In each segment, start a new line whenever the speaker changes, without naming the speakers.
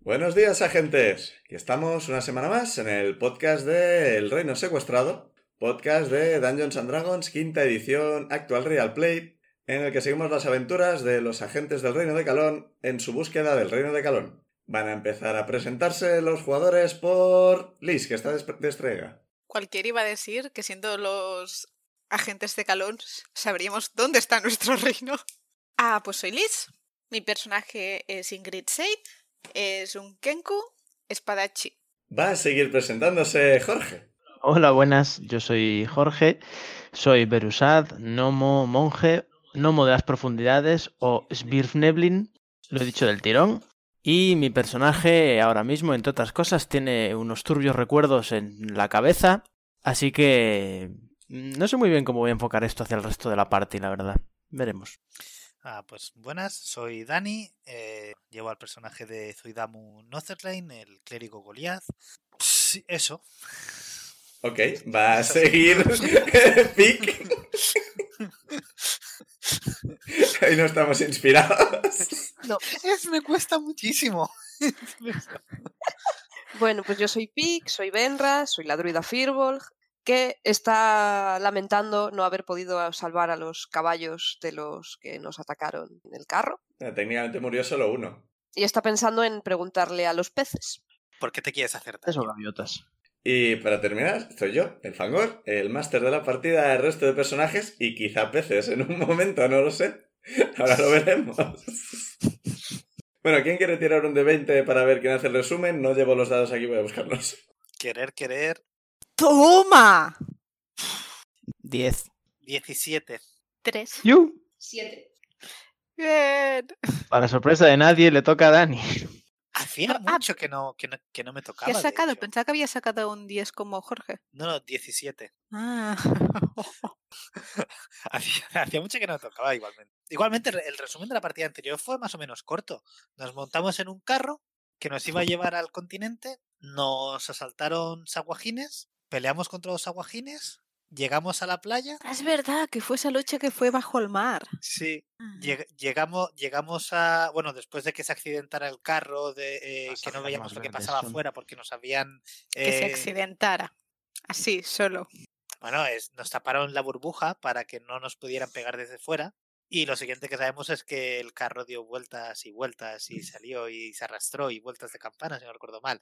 Buenos días, agentes. Y estamos una semana más en el podcast de El Reino Secuestrado, podcast de Dungeons and Dragons, quinta edición, actual Real Play, en el que seguimos las aventuras de los agentes del Reino de Calón en su búsqueda del Reino de Calón. Van a empezar a presentarse los jugadores por Liz, que está de estrega.
Cualquier iba a decir que siendo los agentes de Calón sabríamos dónde está nuestro reino. Ah, pues soy Liz. Mi personaje es Ingrid Seid es un Kenku espadachi.
Va a seguir presentándose Jorge.
Hola, buenas. Yo soy Jorge. Soy Berusad, gnomo, monje, gnomo de las profundidades o Svirfneblin. Lo he dicho del tirón. Y mi personaje ahora mismo, entre otras cosas, tiene unos turbios recuerdos en la cabeza. Así que mm, no sé muy bien cómo voy a enfocar esto hacia el resto de la party, la verdad. Veremos.
Ah, pues buenas, soy Dani, eh, llevo al personaje de Zuidamu Notherlane, el clérigo Goliath. Pss, eso.
Ok, va a seguir Pic. Ahí no estamos inspirados.
No, es, me cuesta muchísimo.
bueno, pues yo soy Pic, soy Benra, soy la druida Firbolg, que está lamentando no haber podido salvar a los caballos de los que nos atacaron en el carro.
Técnicamente murió solo uno.
Y está pensando en preguntarle a los peces.
¿Por qué te quieres hacer
tan Eso, gaviotas.
Y para terminar, soy yo, el Fangor, el máster de la partida, el resto de personajes y quizá peces en un momento, no lo sé. Ahora lo veremos. bueno, ¿quién quiere tirar un de 20 para ver quién hace el resumen? No llevo los dados aquí, voy a buscarlos.
Querer, querer,
¡Toma!
10.
17.
3.
¡Yu!
7.
Bien.
Para sorpresa de nadie, le toca a Dani.
Hacía
Ah,
mucho que no, que no, que no me tocaba.
¿Qué has
de
sacado?
hecho.
Pensaba que había sacado un 10 como Jorge.
No, no, 17.
Ah.
Hacía, hacía mucho que no me tocaba igualmente. Igualmente, el- el resumen de la partida anterior fue más o menos corto. Nos montamos en un carro que nos iba a llevar al continente, nos asaltaron saguajines, peleamos contra los saguajines, llegamos a la playa,
Ah, Es verdad que fue esa lucha que fue bajo el mar.
sí, Lleg- llegamos, llegamos a. Bueno, después de que se accidentara el carro, de eh,
Las
que no
algas
veíamos
más
lo que
grandes
pasaba
son.
afuera porque nos habían.
Que se
eh,
accidentara. Así, solo.
bueno, es- nos taparon la burbuja para que no nos pudieran pegar desde fuera. Y lo siguiente que sabemos es que el carro dio vueltas y vueltas y salió y se arrastró y vueltas de campana, si no recuerdo mal.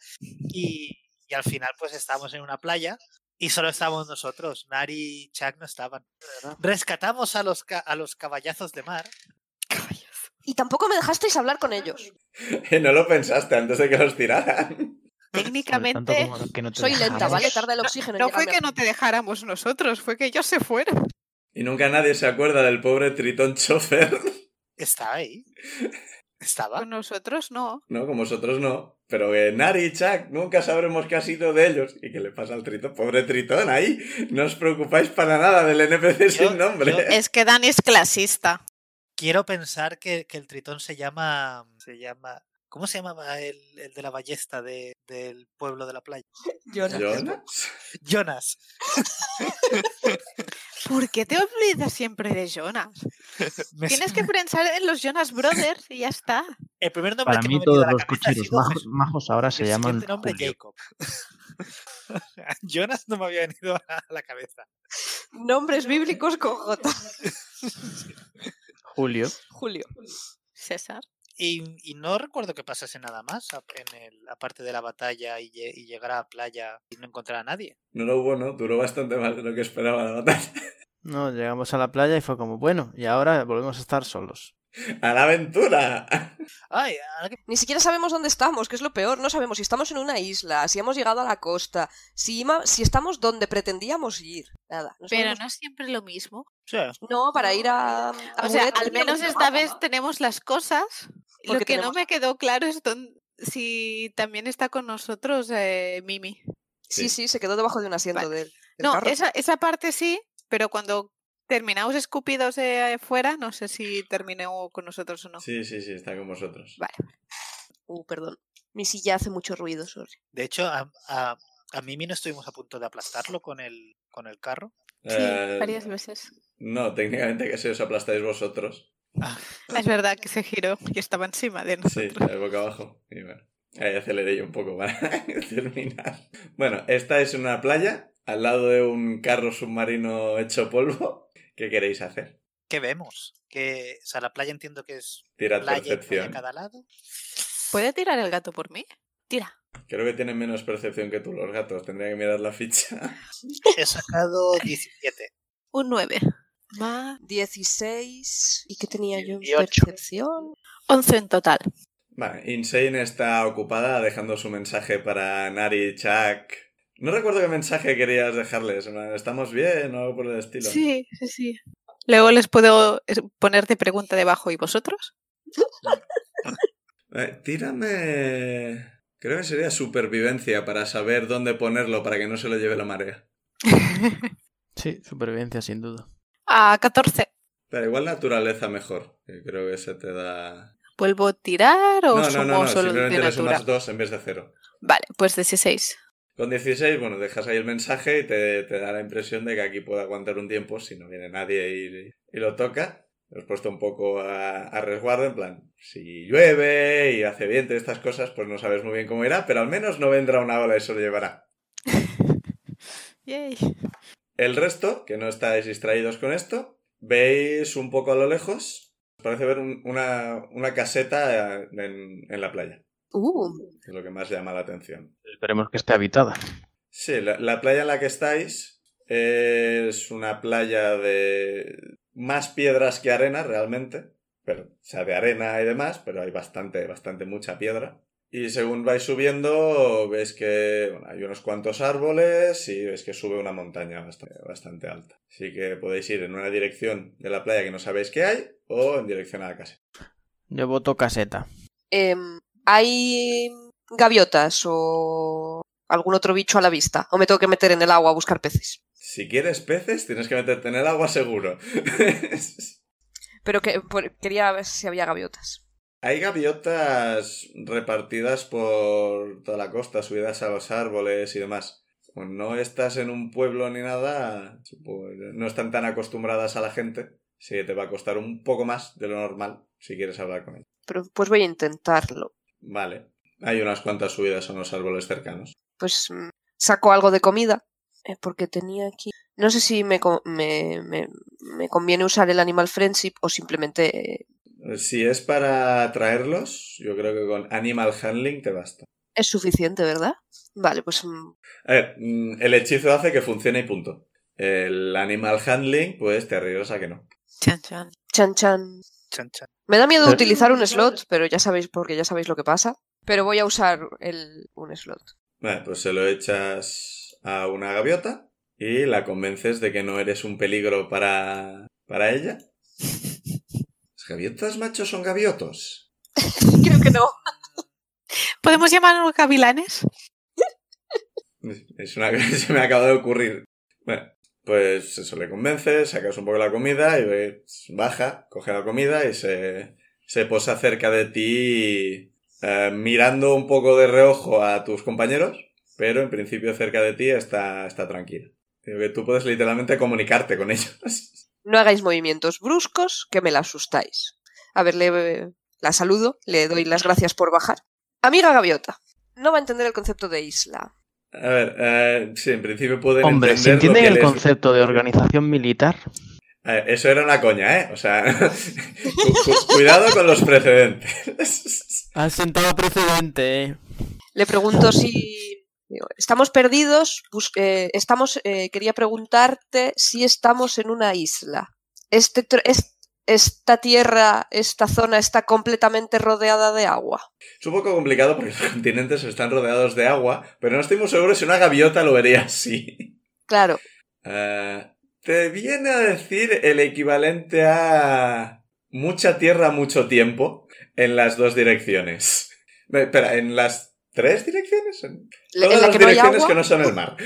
Y, y al final, pues estábamos en una playa y solo estábamos nosotros. Nari y Chuck no estaban. Rescatamos a los, ca- a los caballazos de mar.
Y tampoco me dejasteis hablar con ellos.
no lo pensaste antes de que los tiraran.
Por tanto,
Técnicamente,
como que no te
Soy lenta,
dejamos.
¿vale? Tarda el oxígeno en
no fue
llegarme
que
a-
no te dejáramos nosotros, fue que ellos se fueron.
Y nunca nadie se acuerda del pobre Tritón Chofer,
Estaba ahí. Estaba.
Con nosotros no.
¿no? Como vosotros no. Pero que Nari y Chuck nunca sabremos qué ha sido de ellos. ¿Y qué le pasa al Tritón? Pobre Tritón, ahí. No os preocupáis para nada del NPC
Yo-
sin nombre.
yo-
eh,
Es que Dani es clasista.
Quiero pensar que, que el tritón se llama. mm, Se llama. ¿Cómo se llamaba el, el de la ballesta de- del pueblo de la playa?
¿Jonas?
Jonas.
¿Por qué te olvidas siempre de Jonas?
Me-
Tienes que pensar en los Jonas Brothers y ya está.
El primer nombre
Para
que me
mí
ha venido
todos
a la
los
cabeza ha
cucheros
sido
majos,
Jesús.
majos ahora se
El
llaman
siguiente este nombre
Julio.
Jacob. Jonas no me había venido a la cabeza.
Nombres bíblicos con J.
Julio.
Julio.
César.
Y, y no recuerdo que pasase nada más a- en el- aparte de la batalla y, lle- y llegar a la playa y no encontrar a nadie.
No lo hubo, ¿no? Duró bastante más de lo que esperaba la batalla.
No, llegamos a la playa y fue como, bueno, y ahora volvemos a estar solos.
¡A la aventura!
Ay, ahora que
Ni siquiera sabemos dónde estamos, que es lo peor. No sabemos si estamos en una isla, si hemos llegado a la costa, si, ima- si estamos donde pretendíamos ir. Nada. No
Pero
sabemos-
no es siempre lo mismo.
Sí.
No, para ir a. a
O sea,
Muguet
al
teníamos
menos
un
esta
mapa.
vez tenemos las cosas Lo que
Porque tenemos-
no me quedó claro es dónde- si también está con nosotros eh, Mimi.
Sí,
Sí.
sí, se quedó debajo de un asiento
Vale.
de él. del
No,
carro.
esa, esa parte sí, pero cuando terminamos escupidos eh, fuera, no sé si terminó con nosotros o no.
Sí, sí, sí, está con vosotros.
Vale.
Uh, perdón. Mi silla hace mucho ruido, sorry.
De hecho, a, a, a Mimi no estuvimos a punto de aplastarlo con el, con el carro.
Eh,
veces.
No, técnicamente que se os aplastáis vosotros.
Es verdad que se giró y estaba encima de
Sí,
nosotros.
de boca abajo. Y bueno, ahí aceleré yo un poco para terminar. Bueno, esta es una playa al lado de un carro submarino hecho polvo. ¿Qué queréis hacer?
¿Qué vemos? Que, o sea, la playa entiendo que es
Tirad
playa y playa a
percepción.
cada lado.
¿Puede tirar el gato por mí? Tira.
Creo que tienen menos percepción que tú los gatos. Tendría que mirar la ficha.
He sacado 17.
Un 9. Más
16. ¿Y qué tenía yo? en
18.
Percepción.
11 en total.
Vale, Insane está ocupada dejando su mensaje para Nari, Chuck. No recuerdo qué mensaje querías dejarles. en plan, ¿Estamos bien o algo por el estilo?
Sí, sí, sí. Luego les puedo es- poner de pregunta debajo. ¿Y vosotros?
Eh, tírame. Creo que sería supervivencia para saber dónde ponerlo para que no se lo lleve la marea.
Sí, supervivencia sin duda.
A 14.
Pero igual naturaleza mejor. que Creo que se te da.
¿Vuelvo a tirar o
No, no,
sumo
no, no.
solo de
Simplemente le
natura?
sumas dos en vez de cero.
Vale, pues 16.
Con 16, bueno, dejas ahí el mensaje y te, te da la impresión de que aquí puede aguantar un tiempo si no viene nadie y, y lo toca. Lo has puesto un poco a, a resguardo, en plan, si llueve y hace viento y estas cosas, pues no sabes muy bien cómo irá, pero al menos no vendrá una ola y se lo llevará.
Yay.
El resto, que no estáis distraídos con esto, veis un poco a lo lejos, os parece ver un- una, una caseta eh, en, en la playa,
Uh,
que es lo que más llama la atención.
Esperemos que esté habitada.
Sí, la, la playa en la que estáis es una playa de más piedras que arena realmente, pero, o sea, de arena y demás, pero hay bastante, bastante mucha piedra. Y según vais subiendo, veis que bueno, hay unos cuantos árboles y veis que sube una montaña bastante, bastante alta. Así que podéis ir en una dirección de la playa que no sabéis que hay o en dirección a la casa.
Yo voto caseta.
em, ¿Hay gaviotas o algún otro bicho a la vista? ¿O me tengo que meter en el agua a buscar peces?
Si quieres peces, tienes que meterte en el agua seguro.
Pero que, por- quería ver si había gaviotas.
Hay gaviotas repartidas por toda la costa, subidas a los árboles y demás. Como no estás en un pueblo ni nada, supongo que no están tan acostumbradas a la gente, así que te va a costar un poco más de lo normal si quieres hablar con ellos.
Pero pues voy a intentarlo.
Vale. Hay unas cuantas subidas a los árboles cercanos.
Pues mm, saco algo de comida. eh, porque tenía aquí. No sé si me, co- me, me- me conviene usar el Animal Friendship o simplemente eh,
Si es para atraerlos, yo creo que con Animal Handling te basta.
es suficiente, ¿verdad? Vale, pues mm,
A ver, mm, el hechizo hace que funcione y punto. El Animal Handling, pues te arriesgas a que no.
Chan, chan.
chan chan.
Chan, chan.
Me da miedo
Pero-
utilizar un slot, pero ya sabéis, porque ya sabéis lo que pasa. Pero voy a usar el, un slot.
Vale, pues se lo echas a una gaviota y la convences de que no eres un peligro para, para ella. ¿Las gaviotas, macho, son gaviotos?
Creo que no.
¿Podemos llamarnos gavilanes?
Es una que se me acaba de ocurrir. Bueno, pues eso, le convences, sacas un poco la comida y ves, baja, coge la comida y se, se posa cerca de ti eh, mirando un poco de reojo a tus compañeros, pero en principio cerca de ti está, está tranquila. Creo que tú puedes literalmente comunicarte con ellos.
No hagáis movimientos bruscos que me la asustáis. A ver, le, la saludo, le doy las gracias por bajar. Amiga Gaviota, no va a entender el concepto de isla.
A ver, eh, sí, en principio pueden
Hombre, si
entender lo
entienden
que
el
les-
concepto de organización militar,
A ver, eso era una coña, ¿eh? O sea, cu- cu- cuidado con los precedentes.
han sentado precedente. eh.
Le pregunto si... digo, Estamos perdidos, bus- eh, estamos, eh, quería preguntarte si estamos en una isla. Este, tro- es- esta tierra, esta zona está completamente rodeada de agua.
es un poco complicado porque los continentes están rodeados de agua, pero no estoy muy seguro si una gaviota lo vería así.
Claro,
Eh, te viene a decir el equivalente a mucha tierra, mucho tiempo. en las dos direcciones. No, espera, ¿en las tres direcciones? En
Le-
todas
en la
las
que no hay
direcciones
agua.
que no son el mar.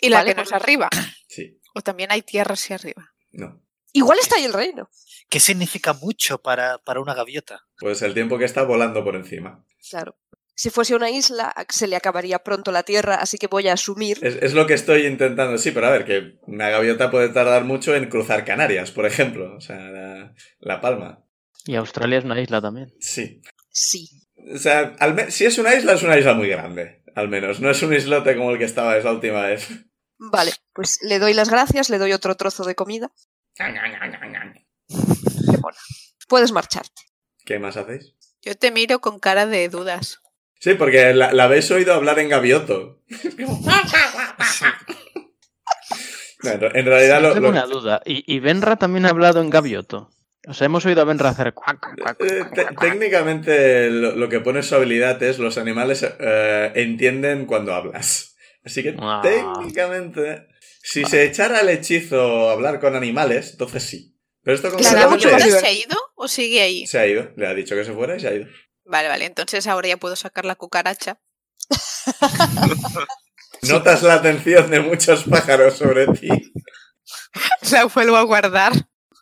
Y la
Vale,
que no es
por
arriba.
sí,
O también hay tierra hacia arriba.
no.
Igual está ahí el reino.
¿Qué significa mucho para, para una gaviota?
Pues el tiempo que está volando por encima.
Claro. Si fuese una isla, se le acabaría pronto la tierra, así que voy a asumir.
Es, es lo que estoy intentando, sí, pero a ver, que una gaviota puede tardar mucho en cruzar Canarias, por ejemplo. O sea, La, la Palma.
Y Australia es una isla también.
Sí.
Sí.
O sea, al me- si es una isla, es una isla muy grande. Al menos, no es un islote como el que estaba es la última vez.
Vale, pues le doy las gracias, le doy otro trozo de comida. Qué mona. Puedes marcharte.
¿Qué más hacéis?
Yo te miro con cara de dudas.
Sí, porque la, la habéis oído hablar en gavioto. No, en, re- en realidad lo-
Tengo
lo-
una duda. ¿Y, y Benra también ha hablado en gavioto? O sea, hemos oído a Benra hacer cuac, cuac, cuac,
eh,
cuac,
te-
cuac, cuac.
técnicamente lo, lo que pone su habilidad es los animales eh, entienden cuando hablas. Así que
Ah.
técnicamente, si se echara el hechizo a hablar con animales, entonces sí. Pero esto
Claro,
¿La
Claro, mucho
concretamente
gaviota
más
se
nivel.
ha ido o sigue ahí?
se ha ido. Le ha dicho que se fuera y se ha ido.
Vale, vale. Entonces ahora ya puedo sacar la cucaracha.
Notas la atención de muchos pájaros sobre ti.
La vuelvo a guardar.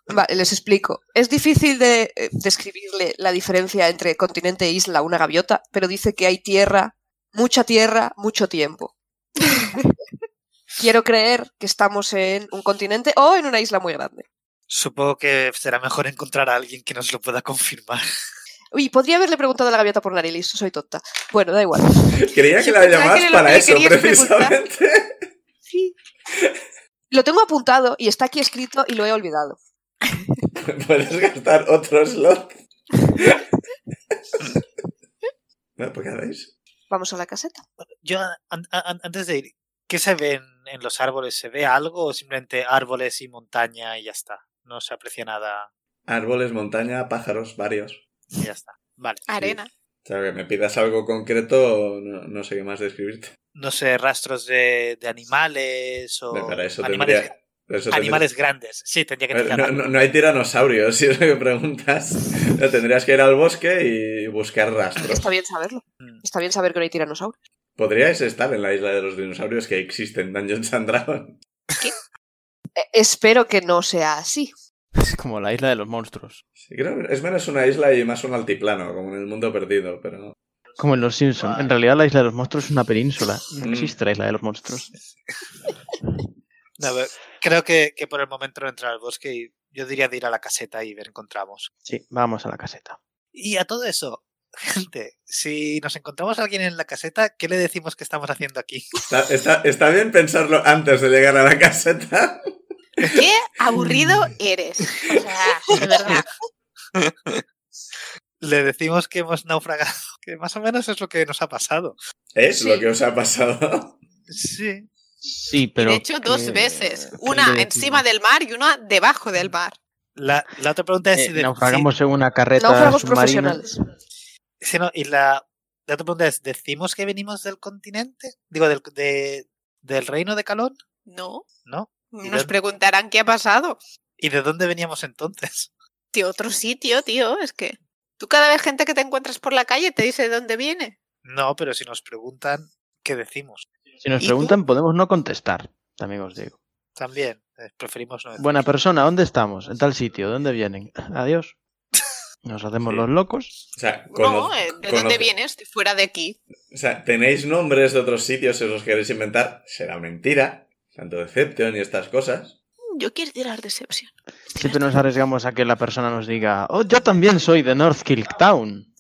Vale, les explico. Es difícil de eh, describirle la diferencia entre continente e isla a una gaviota, pero dice que hay tierra, mucha tierra, mucho tiempo. Quiero creer que estamos en un continente o en una isla muy grande.
Supongo que será mejor encontrar a alguien que nos lo pueda confirmar.
Uy, podría haberle preguntado a la gaviota por Narilis, soy tonta. Bueno, da igual.
Quería que
Sí,
la
pensaba
llamabas
que era lo
para
que
eso,
querías preguntar.
precisamente.
Lo tengo apuntado y está aquí escrito y lo he olvidado.
Puedes gastar otro slot. Bueno, ¿Por qué hacéis?
Vamos a la caseta.
Yo, an- an- antes de ir, ¿qué se ve en, en los árboles? ¿Se ve algo o simplemente árboles y montaña y ya está? No se aprecia nada
Árboles, montaña, pájaros, varios.
y ya está. Vale.
Arena.
O sea, que me pidas algo concreto, no, no sé qué más describirte.
No sé, rastros de, de animales o
Pero para eso
animales,
tendría- eso tendría-
animales grandes. Sí, tendría que
A ver,
tirar
No,
algo.
no- no hay tiranosaurios, si es lo que preguntas. No, tendrías que ir al bosque y buscar rastros.
Está bien saberlo.
Mm.
Está bien saber que no hay tiranosaurios.
Podríais estar en la isla de los dinosaurios que existe en Dungeons and Dragons.
Eh, espero que no sea así.
Es como la isla de los monstruos.
Sí, creo que es menos una isla y más un altiplano, como en el mundo perdido, pero...
Como en Los Simpsons. En realidad la isla de los monstruos es una península. No
Mm.
existe la isla de los monstruos.
No, pero creo que, que por el momento no entrar al bosque y yo diría de ir a la caseta y ver qué encontramos.
Sí, vamos a la caseta.
Y a todo eso, gente, si nos encontramos a alguien en la caseta, ¿qué le decimos que estamos haciendo aquí?
Está, está- está bien pensarlo antes de llegar a la caseta.
Qué aburrido eres. O sea, de verdad.
Le decimos que hemos naufragado, que más o menos es lo que nos ha pasado.
Es
Sí.
lo que os ha pasado.
Sí.
Sí,
Y
pero...
de hecho, dos
¿qué-
veces.
qué
Una
le
encima del mar y una debajo del mar.
La, la otra pregunta es
Eh,
si... de-
naufragamos en una carreta
Náufragos
submarina.
profesionales.
si- si no, y la, la otra pregunta es, ¿decimos que venimos del continente? Digo, del, de- del reino de Calón,
No.
¿no? ¿Y
Nos
dónde?
preguntarán qué ha pasado.
¿Y de dónde veníamos entonces?
De otro sitio, tío. Es que tú cada vez gente que te encuentras por la calle te dice de dónde viene.
No, pero si nos preguntan, ¿qué decimos?
Si nos
¿Y tú?
preguntan podemos no contestar. También os digo.
También, eh, preferimos no decir.
Buena persona, ¿dónde estamos? En tal sitio, ¿dónde vienen? Adiós. Nos hacemos
Sí.
los locos.
O sea,
No,
cono-
eh, ¿de
conoce-
dónde vienes? De fuera de aquí.
O sea, tenéis nombres de otros sitios si os los queréis inventar. Será mentira. Tanto Deception y estas cosas.
Mm, Yo quiero tirar decepción.
Siempre nos arriesgamos a que la persona nos diga, oh, yo también soy de North Kilk Town.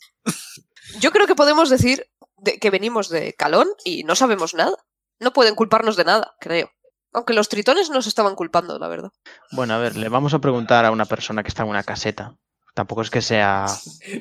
Yo creo que podemos decir de- que venimos de Calón y no sabemos nada. No pueden culparnos de nada, creo. Aunque los tritones nos estaban culpando, la verdad.
Bueno, a ver, le vamos a preguntar a una persona que está en una caseta. Tampoco es que sea...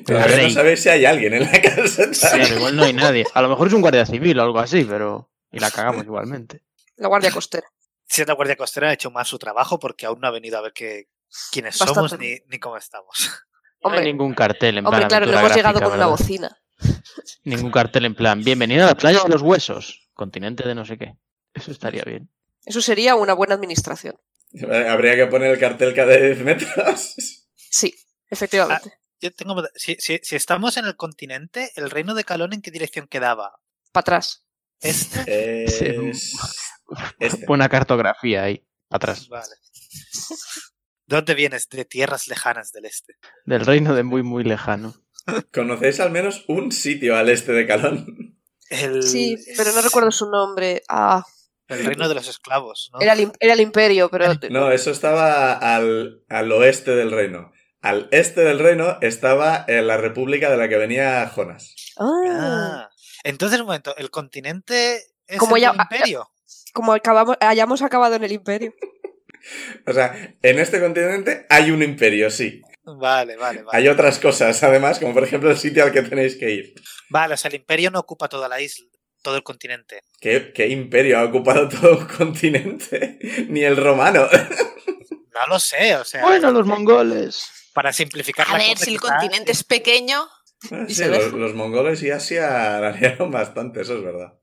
Todavía no
rey.
sabéis si hay alguien en la caseta.
Claro, igual no hay nadie. A lo mejor es un guardia civil o algo así, pero... Y la cagamos igualmente.
La Guardia Costera.
Si es la Guardia Costera ha hecho mal su trabajo porque aún no ha venido a ver que, quiénes
Bastante.
somos ni, ni cómo estamos.
no hay
Hombre,
ningún cartel en plan
hombre claro, no
aventura
hemos llegado
gráfica,
con una
¿verdad?
bocina.
Ningún cartel en plan, bienvenido a la playa de los huesos, continente de no sé qué. Eso estaría bien.
Eso sería una buena administración.
Habría que poner el cartel cada 10 metros.
Ah.
Sí, efectivamente.
Yo tengo. Si, si- si estamos en el continente, ¿el reino de Calón en qué dirección quedaba?
Para atrás.
¿Este?
Es- este.
Buena cartografía ahí, atrás.
Vale. ¿Dónde vienes? De tierras lejanas del este.
Del reino de muy, muy lejano.
Conocéis al menos un sitio al este de Calón.
El,
Sí, pero no recuerdo su nombre. Ah,
El reino de los esclavos,
Ah.
¿no?
era el, im- era el imperio, pero...
No, eso estaba al, al oeste del reino. Al este del reino estaba eh, la república de la que venía Jonas.
Ah,
Ah, entonces, un momento, ¿el continente es
Como
el
ya-
del imperio?
como acabamos, hayamos acabado en el imperio.
O sea, en este continente hay un imperio, sí.
Vale, vale, vale.
Hay otras cosas, además, como por ejemplo el sitio al que tenéis que ir.
Vale, o sea, el imperio no ocupa toda la isla, todo el continente.
¿Qué, qué imperio ha ocupado todo un continente? Ni el romano.
No lo sé, o sea,
Bueno, los mongoles.
para simplificar
A
la
ver,
cosa,
si el
quizá-
continente es pequeño,
Y
Sí,
se
los,
deja.
los mongoles y Asia arañaron bastante, eso es verdad.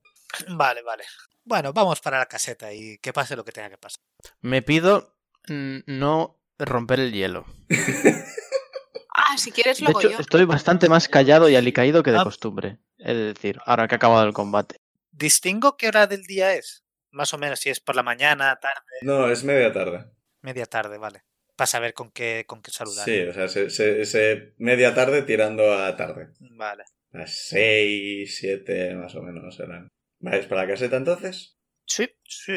Vale, vale. Bueno, vamos para la caseta y que pase lo que tenga que pasar.
Me pido mm, no romper el hielo.
ah, si quieres
De
lo
hecho,
hago yo.
estoy bastante más callado y alicaído que de
Ah.
costumbre. Es decir, ahora que ha acabado el combate.
¿Distingo qué hora del día es? Más o menos, si es por la mañana, tarde,
No, es media tarde.
media tarde, vale. Para saber con qué, con qué saludar. ¿eh?
Sí, o sea, se, se- se- media tarde tirando a tarde.
Vale.
Las seis, siete más o menos eran. ¿Vais para la caseta entonces?
Sí.
Sí.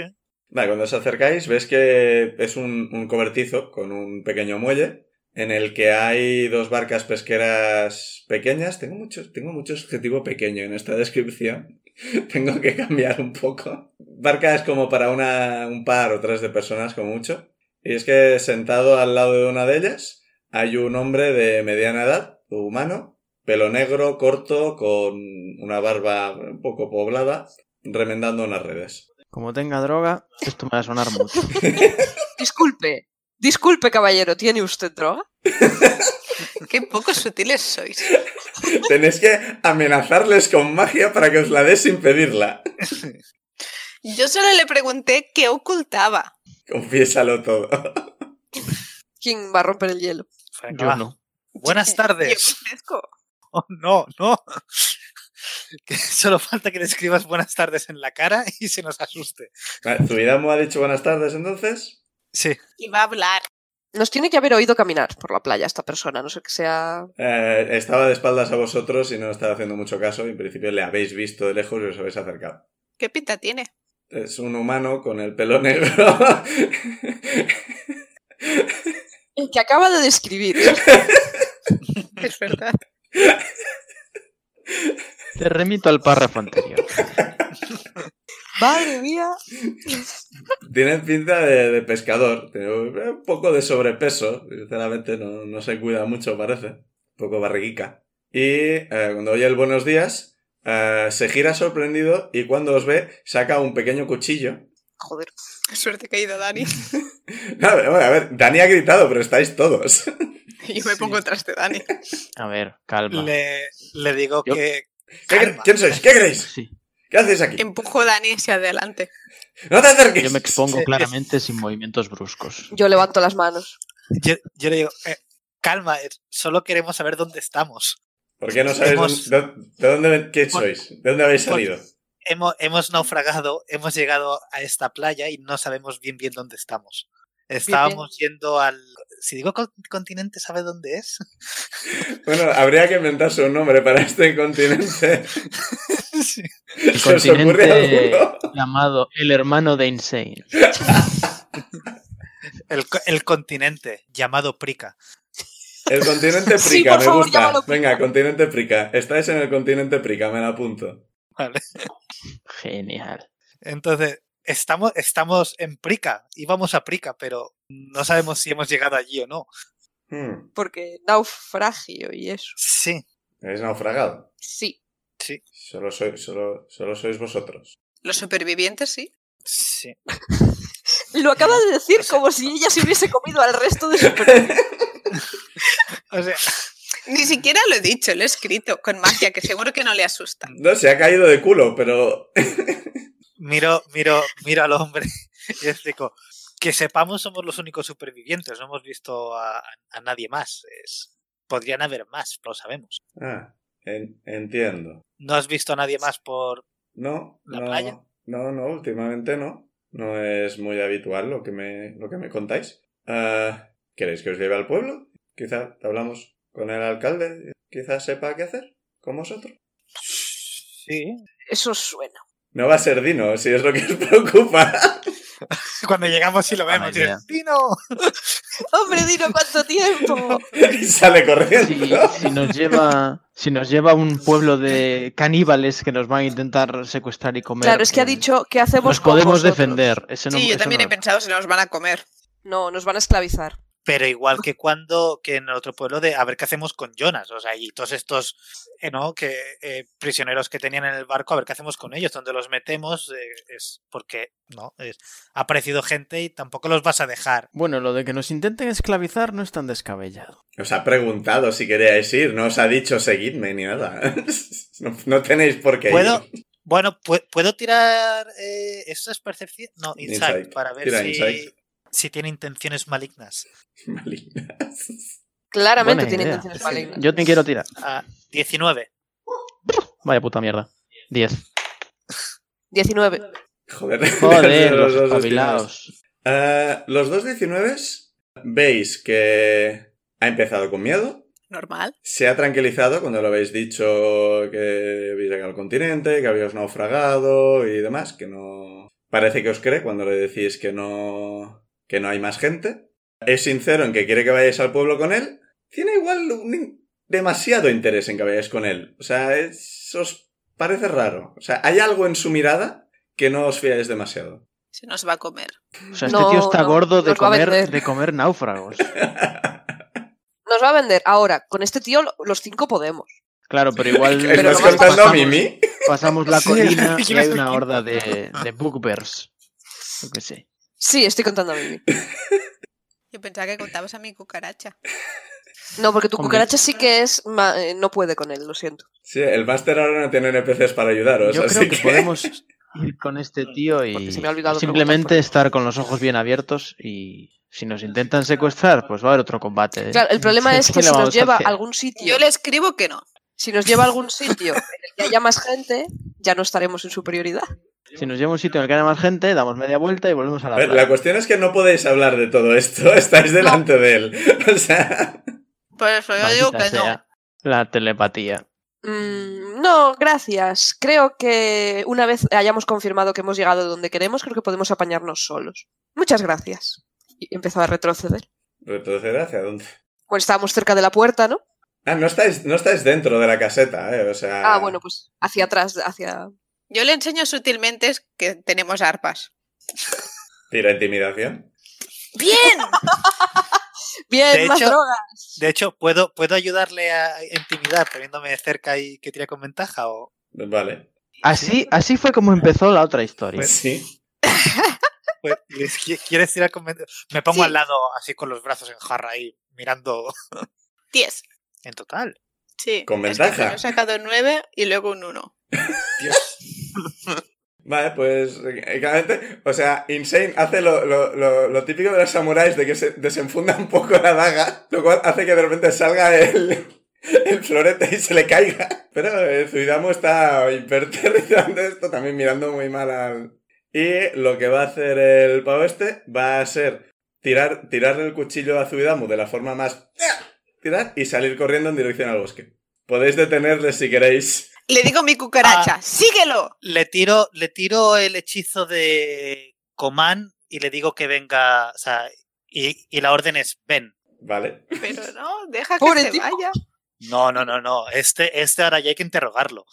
Vale, cuando os acercáis ves que es un, un cobertizo con un pequeño muelle en el que hay dos barcas pesqueras pequeñas. Tengo mucho, tengo mucho objetivo pequeño en esta descripción. tengo que cambiar un poco. Barcas como para una, un par o tres de personas como mucho. Y es que sentado al lado de una de ellas hay un hombre de mediana edad, humano, pelo negro, corto, con una barba un poco poblada, remendando unas redes.
Como tenga droga, esto me va a sonar mucho.
Disculpe, disculpe caballero, ¿tiene usted droga?
Qué poco sutiles sois.
Tenéis que amenazarles con magia para que os la des sin pedirla.
Yo solo le pregunté qué ocultaba.
Confiésalo todo.
¿Quién va a romper el hielo?
Venga,
Yo
va.
no.
Buenas
Yo
tardes.
ofrezco.
Oh, no, no. Que solo falta que le escribas buenas tardes en la cara y se nos asuste.
Vale, Zuidamu ha dicho buenas tardes entonces.
Sí.
Y va a hablar.
Nos tiene que haber oído caminar por la playa esta persona, no sé que sea...
Eh, estaba de espaldas a vosotros y no estaba haciendo mucho caso. En principio le habéis visto de lejos y os habéis acercado.
¿Qué pinta tiene?
Es un humano con el pelo negro.
El que acaba de describir.
Es verdad.
Te remito al párrafo anterior.
Madre mía.
Tiene pinta de, de pescador. Tiene un poco de sobrepeso. Sinceramente, no, no se cuida mucho, parece. Un poco barriguica. Y eh, cuando oye el buenos días, eh, se gira sorprendido y cuando os ve, saca un pequeño cuchillo.
Joder.
Qué suerte que ha ido Dani.
No, a ver, a ver, Dani ha gritado, pero estáis todos.
Yo me
Sí.
pongo atrás de Dani.
A ver, calma.
Le, le digo
Yo-
que.
¿Qué cre-
calma. Em-
¿Quién sois? ¿Qué queréis?
Sí.
¿Qué hacéis aquí?
Empujo a Dani hacia adelante.
¡No te acerques!
Yo me expongo
Sí.
claramente sin movimientos bruscos.
Yo levanto las manos.
Yo, yo le digo, eh, calma, eh, solo queremos saber dónde estamos.
¿Por qué no sabéis
Hemos-
dónde- de dónde, ven- quién
Por-
sois? ¿De dónde habéis
por-
salido?
Hemos, hemos naufragado, hemos llegado a esta playa y no sabemos bien bien dónde estamos. Estábamos yendo al... Si digo con- continente, ¿sabe dónde es?
Bueno, habría que inventarse un nombre para este continente.
Sí.
El
¿Se os ocurre
continente
alguno?
llamado el hermano de Insane.
El, co- el continente, llamado Prica.
El continente Prica,
Sí, por
me
favor,
gusta.
llámalo Prica.
Venga, continente Prica. Estáis en el continente Prica, me la apunto.
Vale.
Genial.
Entonces, estamos, estamos en Prica, íbamos a Prica, pero no sabemos si hemos llegado allí o no.
Hmm,
Porque naufragio y eso.
Sí,
Habéis naufragado.
Sí.
Solo, sois- solo, solo sois vosotros.
Los supervivientes, sí.
sí.
Lo acaba de decir como si ella se hubiese comido al resto de su
O sea,
Ni siquiera lo he dicho, lo he escrito con magia, que seguro que no le asusta.
No, se ha caído de culo, pero...
miro, miro, miro al hombre y explico. Que sepamos, somos los únicos supervivientes, no hemos visto a, a nadie más. Es, Podrían haber más, lo sabemos.
Ah, en- entiendo.
¿No has visto a nadie más por...
No,
¿La
no,
playa?
no, no, últimamente no. No es muy habitual lo que me, lo que me contáis. Ah, ¿Queréis que os lleve al pueblo? Quizá hablamos con el alcalde, quizá sepa qué hacer con vosotros.
Sí.
Eso suena.
No va a ser Dino, si es lo que os preocupa.
Cuando llegamos y lo
Buena
vemos.
idea.
dices, "Dino".
¡Hombre, Dino, cuánto tiempo!
y sale corriendo.
Si, si nos lleva, si nos lleva a un pueblo de caníbales que nos van a intentar secuestrar y comer.
Claro, es que ha
eh,
dicho que hacemos
Nos
con
podemos
vosotros?
defender. Ese no-
sí, yo
eso
también
no
he pensado si nos van a comer.
No, nos van a esclavizar.
Pero igual que cuando, que en otro pueblo de a ver qué hacemos con Jonas, o sea, y todos estos, eh, ¿no? Que eh, prisioneros que tenían en el barco, a ver qué hacemos con ellos, dónde los metemos, eh, es porque, ¿no? Es, ha aparecido gente y tampoco los vas a dejar.
Bueno, lo de que nos intenten esclavizar no es tan descabellado.
Os ha preguntado si queríais ir, no os ha dicho seguidme ni nada. no, no tenéis por qué
¿Puedo?
ir.
Bueno, pu- ¿puedo tirar eh, esas percepciones? No, insight,
Insight.
para ver
Tira
si,
insight.
si tiene intenciones malignas.
Malignas.
Claramente
Buena
tiene
idea.
intenciones malignas.
Yo te quiero tirar.
Ah, 19.
Vaya puta mierda. 10.
19.
Joder,
Joder,
los
los
dos
espabilados.
Eh, los dos 19 veis que ha empezado con miedo,
Normal.
se ha tranquilizado cuando lo habéis dicho que habéis llegado al continente, que habíais naufragado y demás, que no... Parece que os cree cuando le decís que no... que no hay más gente. Es sincero en que quiere que vayáis al pueblo con él. Tiene igual un in- demasiado interés en que vayáis con él. O sea, es- os parece raro. O sea, hay algo en su mirada que no os fiáis demasiado.
Se nos va a comer.
O sea,
No,
este tío está
no,
gordo de
nos va a
comer,
vender.
de comer náufragos.
Nos va a vender. Ahora, con este tío lo- los cinco podemos.
Claro, pero igual.
Pero
¿Estás
lo más
contando a
pasamos,
Mimi?
pasamos la
Sí,
colina
yo
y hay
estoy
una
aquí.
horda de, de bookbers. Yo qué sé.
Sí, estoy contando a Mimi.
Yo pensaba que contabas a mi cucaracha.
No, porque tu
Hombre.
cucaracha sí que es... ma- eh, no puede con él, lo siento.
Sí, el máster ahora no tiene NPCs para ayudaros.
Yo
así
creo que podemos ir con este tío y
Porque se me ha olvidado preguntar
simplemente
por-
estar con los ojos bien abiertos y si nos intentan secuestrar, pues va a haber otro combate. ¿eh?
Claro, el problema es
¿Qué
que
le
si
vamos
nos
a
lleva
hacer?
a algún sitio...
Yo le escribo que no.
Si nos lleva a algún sitio en el que haya más gente, ya no estaremos en superioridad.
Si nos lleva a un sitio en el que haya más gente, damos media vuelta y volvemos a la
A ver,
playa.
la cuestión es que no podéis hablar de todo esto, estáis delante de él. O sea,
Por eso yo
Maldita
digo que no.
sea La telepatía.
Mm, no, gracias. Creo que una vez hayamos confirmado que hemos llegado donde queremos, creo que podemos apañarnos solos. Muchas gracias. Y empezó a retroceder.
retroceder hacia dónde.
Bueno, estábamos cerca de la puerta, ¿no?
Ah, no estáis, no estáis dentro de la caseta, eh. O sea.
Ah, bueno, pues hacia atrás, hacia...
Yo le enseño sutilmente que tenemos arpas.
Tira intimidación.
¡Bien!
Bien,
De
más
hecho-
droga.
De hecho, ¿puedo, ¿puedo ayudarle a intimidar poniéndome de cerca y que tire con ventaja? O...
Vale.
Así, así fue como empezó la otra historia.
Sí.
Pues, les- qui- ¿Quieres tirar con ventaja? Me pongo
Sí.
al lado, así con los brazos en jarra ahí, mirando
Diez.
en total.
Sí.
Con
Es que
ventaja.
primero he sacado nueve y luego un uno.
Vale, pues. eh, claramente, O sea, Insane hace lo, lo- lo- lo típico de los samuráis de que se desenfunda un poco la daga, lo cual hace que de repente salga el. El florete y se le caiga. Pero eh, Zuidamo está hiperterrizando esto, también mirando muy mal al, Y lo que va a hacer el pavo este va a ser tirar, tirarle el cuchillo a Zuidamu de la forma más... Tirar y salir corriendo en dirección al bosque. Podéis detenerle si queréis.
Le digo a mi cucaracha,
Ah.
síguelo.
Le tiro, le tiro el hechizo de Coman y le digo que venga. O sea, y, y la orden es ven.
Vale.
Pero no, deja que
Pobre
se
tipo.
vaya.
No, no, no, no. Este, este ahora ya hay que interrogarlo.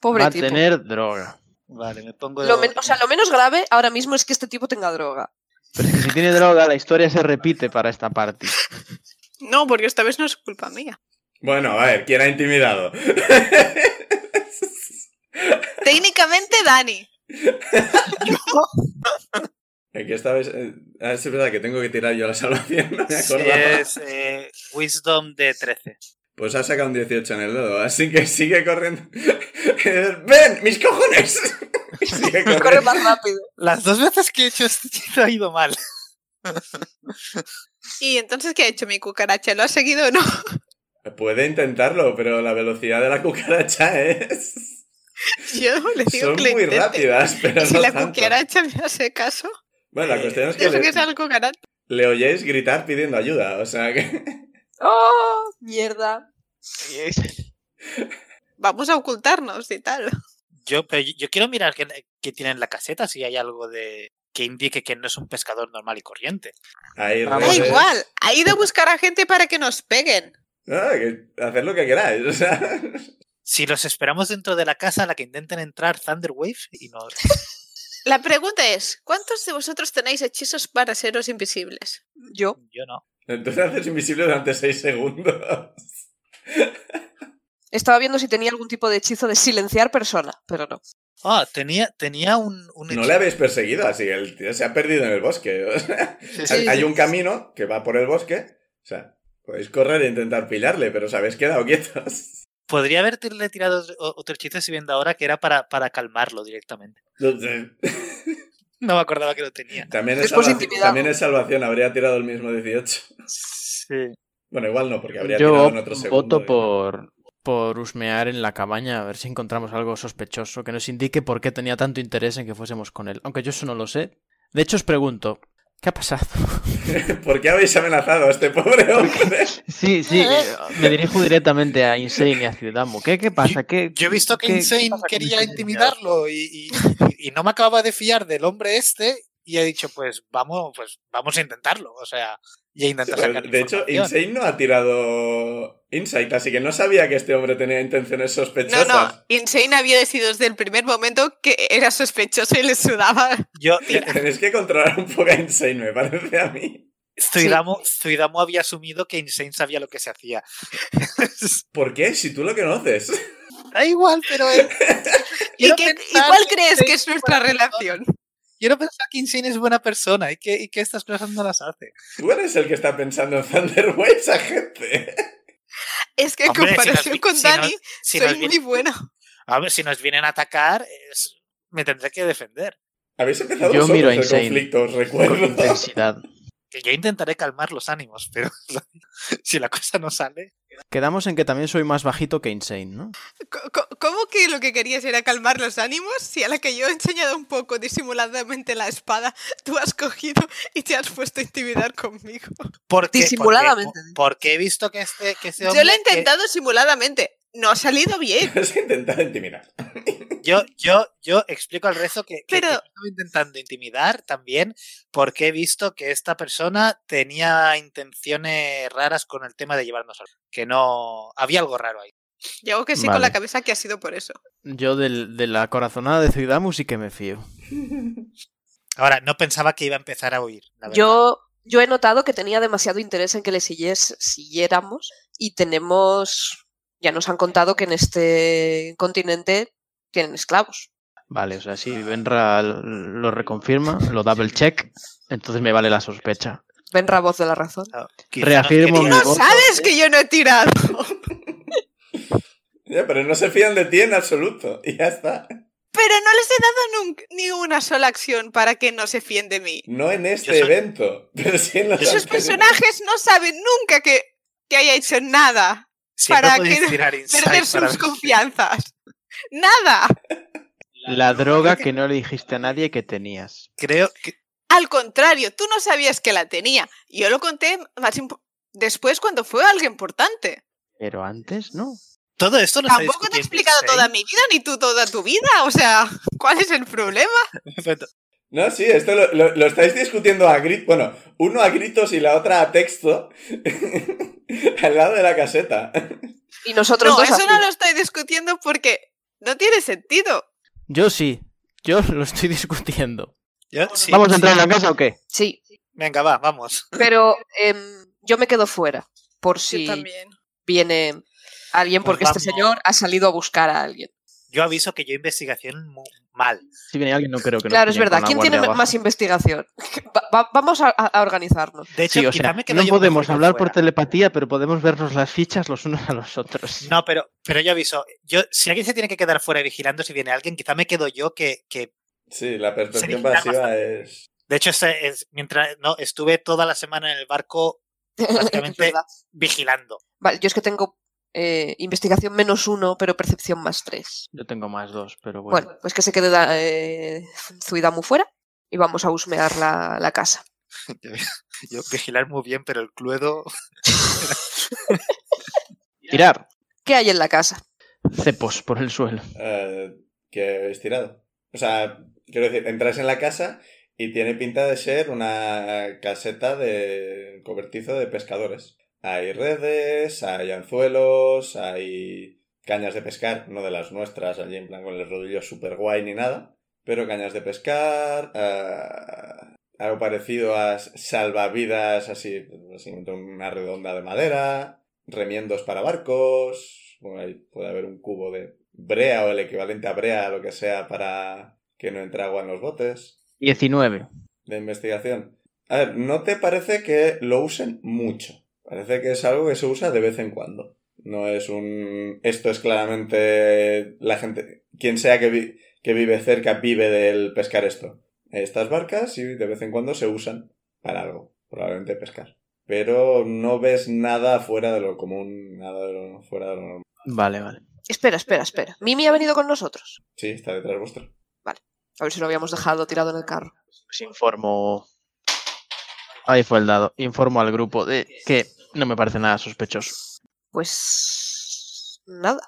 Pobre
Va a
tipo.
tener droga.
Vale, me pongo.
Lo men- o sea, lo menos grave ahora mismo es que este tipo tenga droga.
Pero es que si tiene droga, la historia se repite para esta parte.
No, porque esta vez no es culpa mía.
Bueno, a ver, ¿quién ha intimidado?
Técnicamente, Dani.
Aquí estabais... eh, ah, es verdad que tengo que tirar yo la salvación, no me acordaba.
es eh, Wisdom de 13.
Pues ha sacado un 18 en el dedo, así que sigue corriendo. ¡Ven, mis cojones! Y sigue
Corre
corriendo.
más rápido.
Las dos veces que he hecho este hechizo ha ido mal.
¿Y entonces qué ha hecho mi cucaracha? ¿Lo ha seguido o no?
Puede intentarlo, pero la velocidad de la cucaracha es...
Yo le digo
Son
que lo
muy
intente.
rápidas, pero
Si
no
la
tanto.
cucaracha me hace caso,
Bueno, la cuestión es que
yo sé
le,
que es algo cucaracha.
le oyéis gritar pidiendo ayuda, o sea que...
¡Oh! Mierda.
Vamos a ocultarnos y tal.
Yo, pero yo- yo quiero mirar qué, qué tiene en la caseta, si hay algo de que indique que no es un pescador normal y corriente.
Ahí
Da
Da
Vamos,
redes.
eh.
igual, ha ido a buscar a gente para que nos peguen.
No, que hacer lo que queráis, o sea...
Si los esperamos dentro de la casa a la que intenten entrar Thunderwave y no...
La pregunta es, ¿cuántos de vosotros tenéis hechizos para seros invisibles?
Yo.
Yo no.
Entonces haces invisible durante 6 segundos.
Estaba viendo si tenía algún tipo de hechizo de silenciar persona, pero no.
Ah, tenía, tenía un... un
No le habéis perseguido, así el tío se ha perdido en el bosque. o sea,
hechizo.
Sí,
hay
sí.
un camino que va por el bosque. O sea, podéis correr e intentar pillarle, pero os habéis quedado quietos.
Podría haberle tirado o- otro hechizo si viendo ahora que era para, para calmarlo directamente. No me acordaba que lo tenía.
También es,
Es por
salvaci-
intimidad.
también es salvación, habría tirado el mismo 18.
Sí.
Bueno, igual no, porque habría tirado
Yo
en otro segundo. ¿eh?
voto por, por husmear en la cabaña a ver si encontramos algo sospechoso que nos indique por qué tenía tanto interés en que fuésemos con él. Aunque yo eso no lo sé. De hecho, os pregunto, ¿qué ha pasado?
¿Por qué habéis amenazado a este pobre hombre?
Sí, sí, eh, me dirijo directamente a Insane y a Ciudad ¿Qué, ¿Qué pasa? ¿Qué,
Yo he visto que
qué-
Insane
qué pasa con
quería
Insane?
intimidarlo y, y- y no me acababa de fiar del hombre este y he dicho, pues vamos, pues vamos a intentarlo, o sea, y a intentar sacar
De hecho,
información.
Insane no ha tirado Insight, así que no sabía que este hombre tenía intenciones
No,
sospechosas.
no, Insane había decidido desde el primer momento que era sospechoso y le sudaba.
Yo, eh,
Tenéis que controlar un poco a Insane, me parece a mí.
Zuidamo, Zuidamo había asumido que Insane sabía lo que se hacía.
¿Por qué? Si tú lo conoces.
da igual, pero eh, él-
¿Y
Quiero
qué-
pensar
¿y cuál
que
crees
Insane
que es nuestra
buena
relación?
Quiero pensar que Insane es buena persona y que, y que estas cosas no las hace.
Tú eres el que está pensando en Thunderwave, esa gente.
Es que en
Hombre, si nos
comparación
vi-
con
si nos-
Dani,
Si
soy
nos vien-
muy buena.
a ver, si nos vienen a atacar, es- me tendré que defender.
Habéis empezado
Yo
vosotros
miro a
el
Insane.
conflicto, os
Con
recuerdo.
intensidad.
que yo intentaré calmar los ánimos, pero si la cosa no sale.
Quedamos en que también soy más bajito que Insane, ¿no?
Co- co- ¿Cómo que lo que querías era calmar los ánimos? Si a la que yo he enseñado un poco disimuladamente la espada, tú has cogido y te has puesto a intimidar conmigo.
¿Por qué?
Disimuladamente.
Porque, porque he visto que este, que este hombre.
Yo lo he
eh,
que-
intentado simuladamente. No ha salido bien.
Has intentado intimidar.
yo, yo, yo explico al resto que, que- que
Pero-
estaba intentando intimidar también, porque he visto que esta persona tenía intenciones raras con el tema de llevarnos al. Que no. Había algo raro ahí.
Yo hago que sí con
Vale.
la cabeza que ha sido por eso.
Yo del- de la corazonada de Zuidamu sí que me fío.
Ahora, no pensaba que iba a empezar a huir. la verdad.
Yo, yo he notado que tenía demasiado interés en que le siguies- siguiéramos y tenemos... Ya nos han contado que en este continente tienen esclavos.
Vale, o sea, si Benra l- lo reconfirma, lo double check, entonces me vale la sospecha.
Benra, voz de la razón.
Quizá
reafirmo
nos
mi ¿eh?
No
quería-
voto.
sabes que yo no he tirado.
Ya, pero no se fían de ti en absoluto. Y ya está.
Pero no les he dado nunca- ni una sola acción para que no se fíen de mí.
No en este
Yo soy-
evento. Pero sí en los
Esos
Sus
anteriores.
personajes no saben nunca que, que haya hecho nada.
Siempre
para
podéis
que-
tirar insight
Perder
para
sus
ver-
confianzas. Nada.
La droga que no le dijiste a nadie que tenías.
Creo que.
Al contrario, tú no sabías que la tenía. Yo lo conté más impo- después cuando fue algo importante.
Pero antes, ¿no?
Todo esto lo está
Tampoco te he
discutiendo
explicado
Insane.
toda mi vida ni tú toda tu vida. O sea, ¿cuál es el problema?
Perfecto.
No, sí, esto lo, lo- lo estáis discutiendo a gritos. Bueno, uno a gritos y la otra a texto. al lado de la caseta.
Y nosotros
No,
dos...
eso
así.
no lo estoy discutiendo porque no tiene sentido.
Yo sí, yo lo estoy discutiendo.
Yo- sí,
¿Vamos a
sí.
entrar en la casa o qué?
Sí,
Venga, va, vamos.
pero em, yo me quedo fuera por si
también.
viene alguien,
Pues
porque
vamos.
este señor ha salido a buscar a alguien.
Yo aviso que yo investigación mu- mal.
Si viene alguien, no creo que nos
Claro, es
pillen
verdad.
con la
¿Quién tiene
guardia abajo.
más investigación? Va- va- vamos a, a- a organizarnos.
De hecho,
Sí, o
quizá
sea,
me quedo
no
yo
podemos
mejor
hablar
fuera.
por telepatía, pero podemos vernos las fichas los unos a los otros.
No, pero, pero yo aviso. Yo, si alguien se tiene que quedar fuera vigilando si viene alguien, quizá me quedo yo que. que-
Sí, la percepción
quita
pasiva es.
de hecho, ese es- mientras no estuve toda la semana en el barco Básicamente-
Es verdad.
vigilando.
Vale, yo es que tengo eh, investigación menos uno, pero percepción más tres.
Yo tengo más dos, pero bueno.
Bueno, pues que se quede da- eh, Zuidamu fuera y vamos a husmear la, la casa.
Yo vigilar muy bien, pero el cluedo.
Tirar
¿Qué hay en la casa?
cepos por el suelo.
Eh, que habéis tirado. O sea, quiero decir, entráis en la casa y tiene pinta de ser una caseta de cobertizo de pescadores. Hay redes, hay anzuelos, hay cañas de pescar, no de las nuestras, allí en plan con el rodillo super guay ni nada, pero cañas de pescar, ah, algo parecido a salvavidas, así, pues, así, una redonda de madera, remiendos para barcos, bueno, ahí puede haber un cubo de brea o el equivalente a brea, lo que sea, para que no entre agua en los botes
19.
de investigación. A ver, no te parece que lo usen mucho. Parece que es algo que se usa de vez en cuando. No es un... Esto es claramente la gente... Quien sea que, vi- que vive cerca vive del pescar esto. Estas barcas sí, de vez en cuando se usan para algo. Probablemente pescar. Pero no ves nada fuera de lo común, nada de lo- fuera de lo normal.
Vale, vale.
Espera, espera, espera. Mimi ha venido con nosotros.
Sí, está detrás vuestro.
A ver si lo habíamos dejado tirado en el carro.
Pues informo. Ahí fue el dado. Informo al grupo de que no me parece nada sospechoso.
Pues... Nada.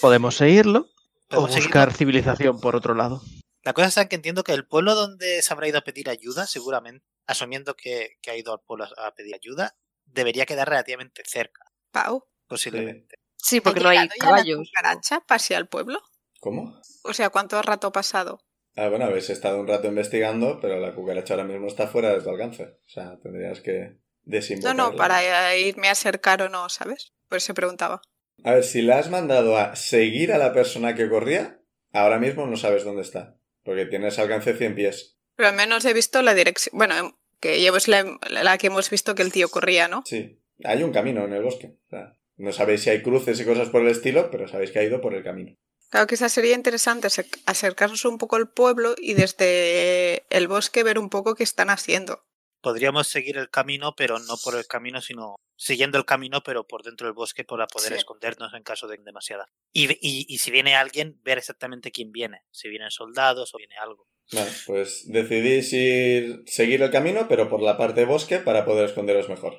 Podemos seguirlo o
Podemos seguir-
buscar civilización por otro lado.
La cosa está en que entiendo que el pueblo donde se habrá ido a pedir ayuda, seguramente, asumiendo que, que ha ido al pueblo a a pedir ayuda, debería quedar relativamente cerca,
Pau.
posiblemente.
Sí,
¿ha
porque no hay
llegado ya la
caballos.
cucaracha pasea al pueblo?
¿Cómo?
O sea, ¿cuánto rato ha pasado?
Ah, bueno, habéis estado un rato investigando, pero la cucaracha ahora mismo está fuera de tu alcance. O sea, tendrías que
No,
desinvocarla.
no, para irme a acercar o no, ¿sabes? Por eso preguntaba.
A ver, si la has mandado a seguir a la persona que corría, ahora mismo no sabes dónde está. Porque tienes alcance 100 pies.
Pero al menos he visto la dirección. Bueno, em- que llevo es la, la que hemos visto que el tío corría, ¿no?
Sí. Hay un camino en el bosque. O sea, no sabéis si hay cruces y cosas por el estilo, pero sabéis que ha ido por el camino.
Claro, quizás sería interesante acer- acercarnos un poco al pueblo y desde el bosque ver un poco qué están haciendo.
Podríamos seguir el camino, pero no por el camino, sino siguiendo el camino, pero por dentro del bosque para poder
Sí.
escondernos en caso de demasiada. Y, y- y si viene alguien, ver exactamente quién viene. Si vienen soldados o viene algo.
Vale, pues decidís ir, seguir el camino, pero por la parte de bosque para poder esconderos mejor.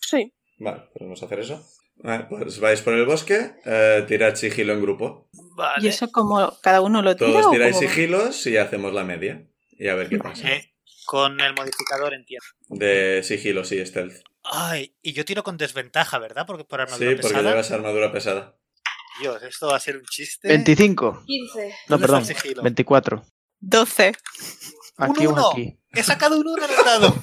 Sí.
Vale, podemos hacer eso. Vale, pues vais por el bosque, eh, tirad sigilo en grupo.
Vale.
¿Y eso como cada uno lo tira?
Todos
o
tiráis
cómo va?
sigilos y hacemos la media. Y a ver qué pasa.
Eh, con el modificador entiendo.
De sigilo, sí, stealth.
Ay, y yo tiro con desventaja, ¿verdad? Porque por armadura
Sí, porque
pesada.
llevas armadura pesada.
Dios, esto va a ser un
Eh,
chiste.
25.
15.
No,
¿Dónde está
perdón.
el sigilo?
24.
12.
Aquí o
Un uno.
aquí.
He sacado un uno en el dado.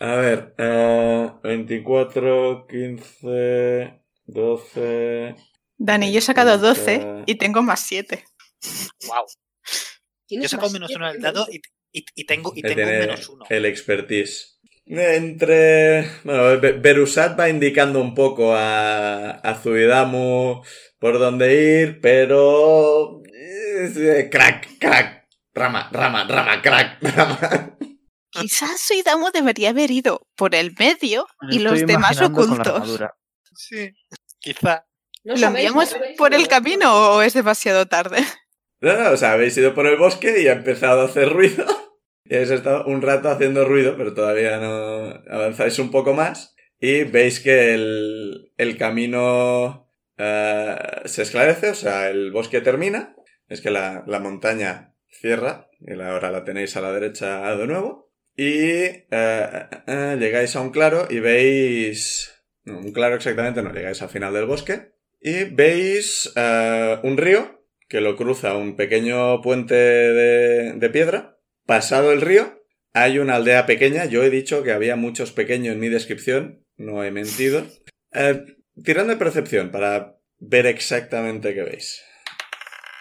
A ver, eh, 24, 15, 12.
Dani, yo he sacado 12
Veinte.
y tengo más 7.
wow. Yo he sacado menos uno en el dado y, y- y tengo, y
Eh,
tengo un
tiene
menos uno.
El expertise. Entre. Bueno, Be- Berusat va indicando un poco a, a Zuidamu por dónde ir, pero. eh, Crack, crack. Rama, rama, rama, crack, rama.
Quizás Suidamo debería haber ido por el medio
Me
y los
estoy
demás
imaginando con la
ocultos.
armadura.
Sí. Quizá.
¿Lo enviamos por el camino o es demasiado tarde?
No, no, o sea, habéis ido por el bosque y ha empezado a hacer ruido. Y habéis estado un rato haciendo ruido, pero todavía no avanzáis un poco más. Y veis que el, el camino eh, se esclarece, o sea, el bosque termina. Es que la, la montaña cierra, y la- ahora la tenéis a la derecha de nuevo. Y eh, eh, eh, llegáis a un claro y veis... No, un claro exactamente no, llegáis al final del bosque. Y veis eh, un río que lo cruza un pequeño puente de, de piedra. Pasado el río, hay una aldea pequeña. Yo he dicho que había muchos pequeños en mi descripción. No he mentido. Eh, tirando de percepción para ver exactamente qué veis.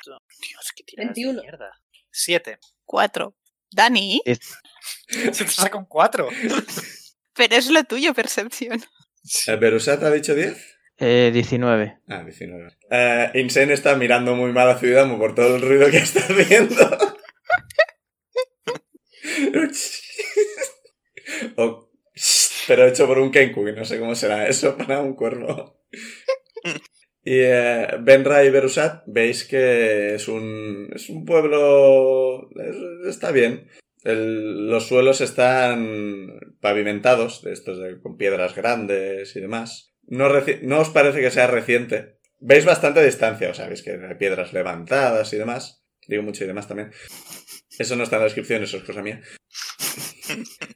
Dios, qué tiradas
21.
de mierda. Siete.
4. Dani,
Se te saca un cuatro.
pero es lo tuyo, percepción.
Eh, ¿Berusat ha dicho 10?
Eh, 19.
Ah, 19. Eh, Insane está mirando muy mal a Ciudadamo por todo el ruido que está haciendo. o... Oh, pero hecho por un Kenku, que no sé cómo será eso para un cuervo. Y eh, Benra y Berusat, veis que es un, es un pueblo... es- está bien. El- los suelos están pavimentados, de estos de- con piedras grandes y demás. No, reci- no os parece que sea reciente. Veis bastante distancia, o sea, veis que hay piedras levantadas y demás. Digo mucho y demás también. Eso no está en la descripción, eso es cosa mía.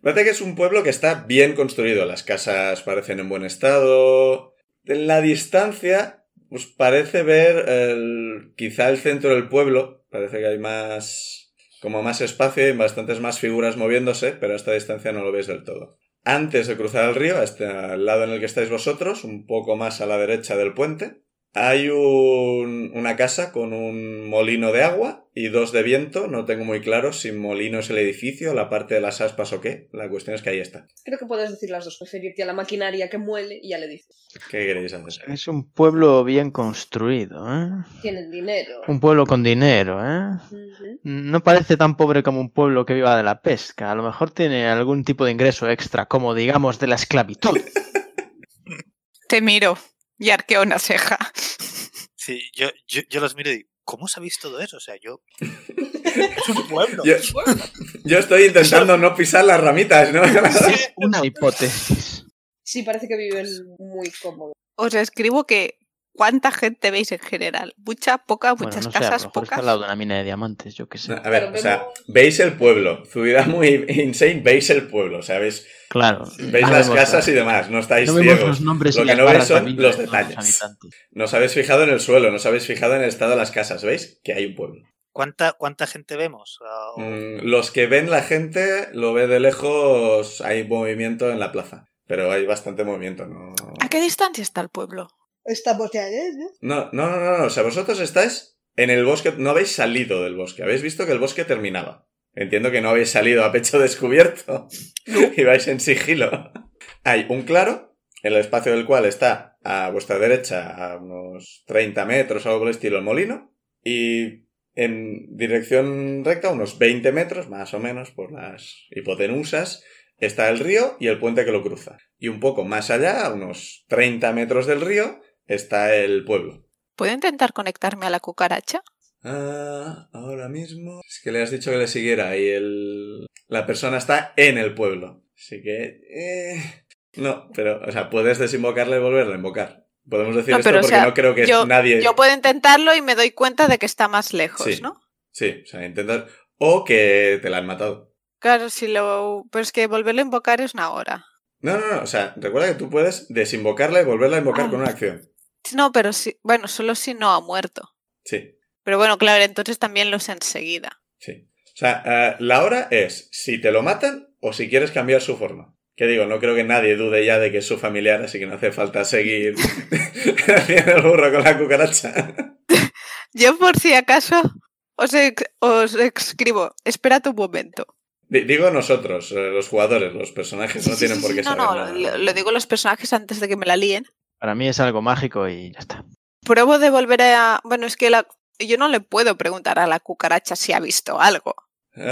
Parece que es un pueblo que está bien construido. Las casas parecen en buen estado. En la distancia, os parece ver el- quizá el centro del pueblo. Parece que hay más. como más espacio y bastantes más figuras moviéndose, pero a esta distancia no lo veis del todo. Antes de cruzar el río, hasta el lado en el que estáis vosotros, un poco más a la derecha del puente, hay un- una casa con un molino de agua y dos de viento. No tengo muy claro si molino es el edificio, la parte de las aspas o qué. La cuestión es que ahí está.
Creo que puedes decir las dos, referirte a la maquinaria que muele y al edificio.
¿Qué queréis hacer?
Es un pueblo bien construido, ¿eh?
Tienen dinero.
Un pueblo con dinero, ¿eh?
Ujú.
No parece tan pobre como un pueblo que viva de la pesca. A lo mejor tiene algún tipo de ingreso extra, como digamos de la esclavitud.
Te miro y arqueo una ceja.
Sí, yo, yo, yo los miro y digo, ¿cómo sabéis todo eso? O sea, yo... es un pueblo.
Yo, yo estoy intentando no pisar las ramitas, ¿no?
Una hipótesis.
Sí, parece que viven muy cómodos.
Os escribo que cuánta gente veis en general. Mucha, poca,
Bueno,
muchas
no sé, a lo
casas,
mejor está
pocas.
al lado de una mina de diamantes, yo qué sé.
A ver, o sea, veis el pueblo. Zuidamu y Insane, veis el pueblo. O sea, veis,
Claro.
veis
no
las
vemos-
casas y demás. No estáis
No vemos los
ciegos.
nombres
Lo
y
que
las
no veis
barras de
son
vida
los
de
detalles.
habitantes.
No os habéis fijado en el suelo, no os habéis fijado en el estado de las casas. ¿Veis? Que hay un pueblo.
¿Cuánta, ¿Cuánta gente vemos? Ah, o-
Mm, Los que ven la gente, lo ve de lejos, hay movimiento en la plaza. Pero hay bastante movimiento, ¿no?
¿A qué distancia está el pueblo?
Estamos ya, ¿eh? ¿no?
No, no, no, no, no, O sea, vosotros estáis en el bosque, no habéis salido del bosque. Habéis visto que el bosque terminaba. Entiendo que no habéis salido a pecho descubierto. Y vais en sigilo. Hay un claro, en el espacio del cual está a vuestra derecha, a unos 30 metros, algo por el estilo, el molino. Y en dirección recta, unos 20 metros, más o menos, por las hipotenusas, está el río y el puente que lo cruza. Y un poco más allá, a unos 30 metros del río, está el pueblo.
¿Puedo intentar conectarme a la cucaracha?
Ah, ahora mismo. Es que le has dicho que le siguiera y el... la persona está en el pueblo. Así que... eh, No, pero, o sea, puedes desinvocarla y volverla a invocar. Podemos decir
No,
esto
pero, o
porque
sea,
no creo que
yo-
nadie...
Yo puedo intentarlo y me doy cuenta de que está más lejos,
Eh. Sí.
¿no?
Sí, o sea, intentas... O que te la han matado.
Claro, si lo. Pero es que volverlo a invocar es una hora.
No, no, no, o sea, recuerda que tú puedes desinvocarla y volverla a invocar
Ah.
con una acción.
No, pero sí. Bueno, solo si no ha muerto.
Sí,
Pero bueno, claro, entonces también lo sé enseguida.
sí. O sea, eh, la hora es si te lo matan o si quieres cambiar su forma. Que digo, no creo que nadie dude ya de que es su familiar, así que no hace falta seguir haciendo el burro con la cucaracha.
Yo, por si acaso, os, ex- os escribo. Esperad un momento.
Di- Digo nosotros, eh, los jugadores, los personajes, no
Sí, sí,
tienen
sí,
por qué
sí, no,
saber.
no,
nada.
lo, lo digo a los personajes antes de que me la líen.
Para mí es algo mágico y ya está.
Pruebo de volver a. Bueno, es que la- yo no le puedo preguntar a la cucaracha si ha visto algo.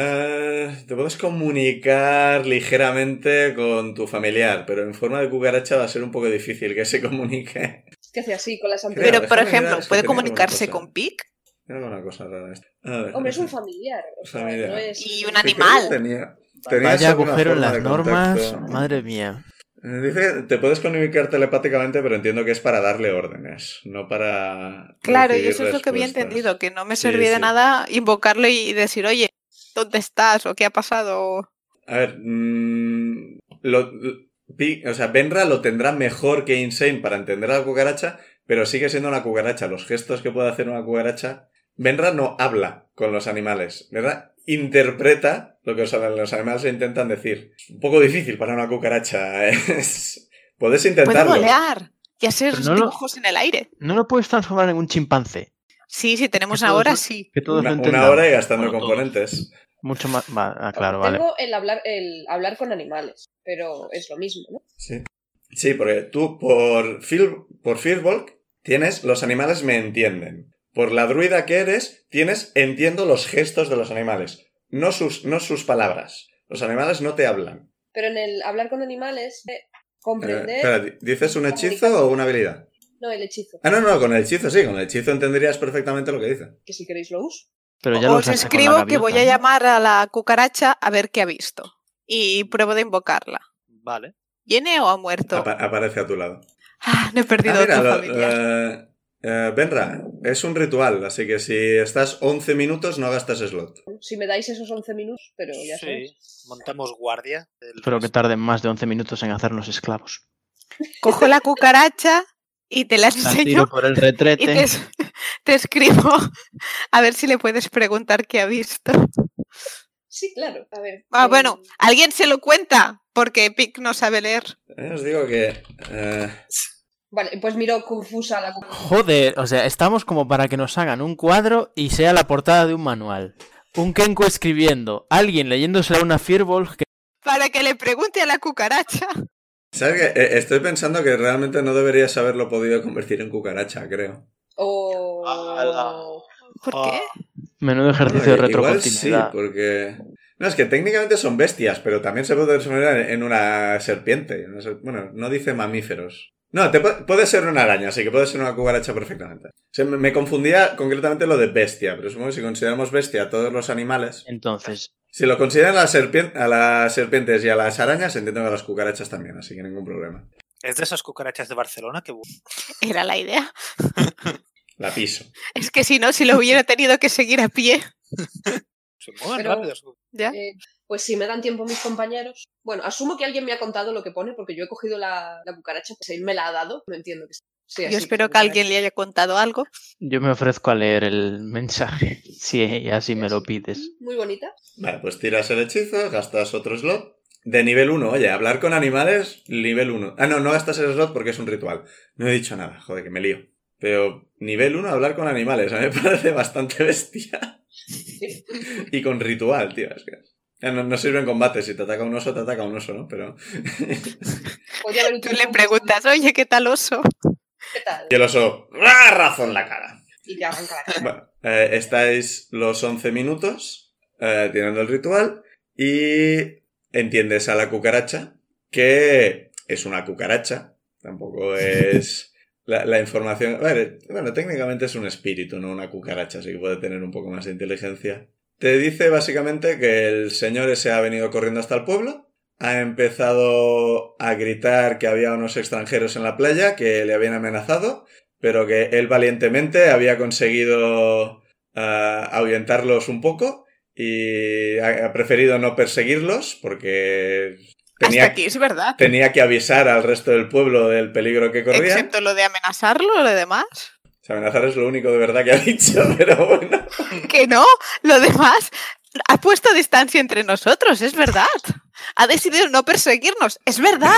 Eh, te puedes comunicar ligeramente con tu familiar, pero en forma de cucaracha va a ser un poco difícil que se comunique.
Que hace así con las
Claro,
Pero,
antenas.
déjame
por
mirar
ejemplo,
si tenía
¿puede
alguna
comunicarse
cosa.
con Pic?
Era una cosa rara esta. A ver,
Hombre, es un familiar. o sea,
Familiar.
no es-
Y un
Sí, creo que
animal.
tenía- tenías
Vaya
alguna
agujero en
forma
las
de
normas.
contacto.
Madre mía.
Eh, Dice, te puedes comunicar telepáticamente, pero entiendo que es para darle órdenes, no para.
Claro, y
recibir
eso es lo que había
respuestas.
entendido, que no me
Sí,
servía de
sí.
nada invocarle y decir, oye, ¿dónde estás? ¿O qué ha pasado? o-
A ver, mm, lo- lo- Pi- o sea, Benra lo tendrá mejor que Insane para entender a la cucaracha, pero sigue siendo una cucaracha. Los gestos que puede hacer una cucaracha. Benra no habla con los animales, ¿verdad? Interpreta lo que os- los animales le intentan decir. Es un poco difícil para una cucaracha. ¿eh? Es- Podés
Puedo
intentarlo.
volar y hacer
Pero no lo-
dibujos en el aire.
No lo puedes transformar en un chimpancé.
Sí, si tenemos
Que todos
ahora,
son-
sí.
Que todos
Una,
lo
una
entendamos.
hora y gastando
Bueno, todos.
componentes.
Mucho más. va- ah, claro, vale.
Tengo el hablar, el hablar con animales, pero es lo mismo, ¿no?
Sí. Sí, porque tú por, Fil por Firbolg tienes los animales me entienden. Por la druida que eres, tienes entiendo los gestos de los animales, no sus, no sus palabras. Los animales no te hablan.
Pero en el hablar con animales eh,
Eh,
Comprender.
espera, di- ¿dices un hechizo o una habilidad?
No, el hechizo.
Ah, no, no, con el hechizo sí, con el hechizo entenderías perfectamente lo que dice.
Que si queréis lo uso.
Pero ya lo
Os
usaste con la
escribo que voy a
gaviota, ¿no?
llamar a la cucaracha a ver qué ha visto. Y pruebo de invocarla.
Vale.
¿Viene o ha muerto?
Apa- aparece a tu lado.
Ah, no he perdido
Ah, mira,
otro
lo-
familiar.
eh, eh, Benra, es un ritual, así que si estás 11 minutos no gastas slot.
Si me dais esos 11 minutos, pero ya sabéis.
Sí, montamos guardia. del
Espero que
resto.
tarden más de 11 minutos en hacernos esclavos.
Cojo la cucaracha y te la
La tiro
enseño
por el
y te,
retrete.
es- te escribo a ver si le puedes preguntar qué ha visto.
Sí, claro. A ver.
Ah,
eh,
bueno, alguien se lo cuenta porque Pic no sabe leer.
Eh, os digo que... eh,
Vale, pues miro confusa a la cucaracha.
Joder, o sea, estamos como para que nos hagan un cuadro y sea la portada de un manual. Un Kenko escribiendo, alguien leyéndosela a una Firbolg que
Para que le pregunte a la cucaracha.
¿Sabes qué? Eh, estoy pensando que realmente no deberías haberlo podido convertir en cucaracha, creo.
O.
Ala.
¿Por
Ah,
qué?
Menudo ejercicio de
Bueno, igual sí, pues.
retrocontinuidad.
porque... No, es que técnicamente son bestias, pero también se puede transformar en- en una serpiente. Una ser- Bueno, no dice mamíferos. No, te pu- puede ser una araña, así que puede ser una cucaracha perfectamente. O sea, me, me confundía concretamente lo de bestia, pero supongo que si consideramos bestia a todos los animales...
Entonces,
Si lo consideran a, las serpien- a las serpientes y a las arañas, entiendo que a las cucarachas también, así que ningún problema.
Es de esas cucarachas de Barcelona que bu-
Era la idea.
La piso.
Es que si no, si lo hubiera tenido que seguir a pie.
se mueven
Pero-
rápido. su-
¿Ya?
Eh, pues si me dan tiempo mis compañeros. Bueno, asumo que alguien me ha contado lo que pone, porque yo he cogido la, la cucaracha, pues él me la ha dado. No entiendo que sea así,
Yo espero que
cucaracha.
alguien le haya contado algo.
yo me ofrezco a leer el mensaje, si así me lo pides.
Muy bonita.
Vale, pues tiras el hechizo, gastas otro slot. De nivel 1, oye, hablar con animales, nivel 1. Ah, no, no gastas el slot porque es un ritual. No he dicho nada, joder, que me lío. Pero nivel 1, hablar con animales, a mí me parece bastante bestia. y con ritual, tío. Es que... Ya No, no sirve en combate, si te ataca un oso, te ataca un oso, ¿no? Pero...
Podría haber
Tú le
utilizado un
preguntas, oye, ¿qué tal oso?
¿Qué tal?
Y el oso... ¡ah! Razón la cara.
Y te arranca la cara.
Bueno, eh, estáis los 11 minutos eh, tirando el ritual y entiendes a la cucaracha que es una cucaracha, tampoco es la, la información... a ver, bueno, técnicamente es un espíritu, no una cucaracha, así que puede tener un poco más de inteligencia. Te dice básicamente que el señor ese ha venido corriendo hasta el pueblo, ha empezado a gritar que había unos extranjeros en la playa que le habían amenazado pero que él valientemente había conseguido ah, ahuyentarlos un poco y ha ha preferido no perseguirlos porque tenía,
Hasta aquí, es verdad.
tenía que avisar al resto del pueblo del peligro que corría.
Excepto lo de amenazarlo, lo demás.
O sea, amenazar es lo único de verdad que ha dicho, pero bueno.
Que no, lo demás ha puesto distancia entre nosotros, es verdad. Ha decidido no perseguirnos, es verdad.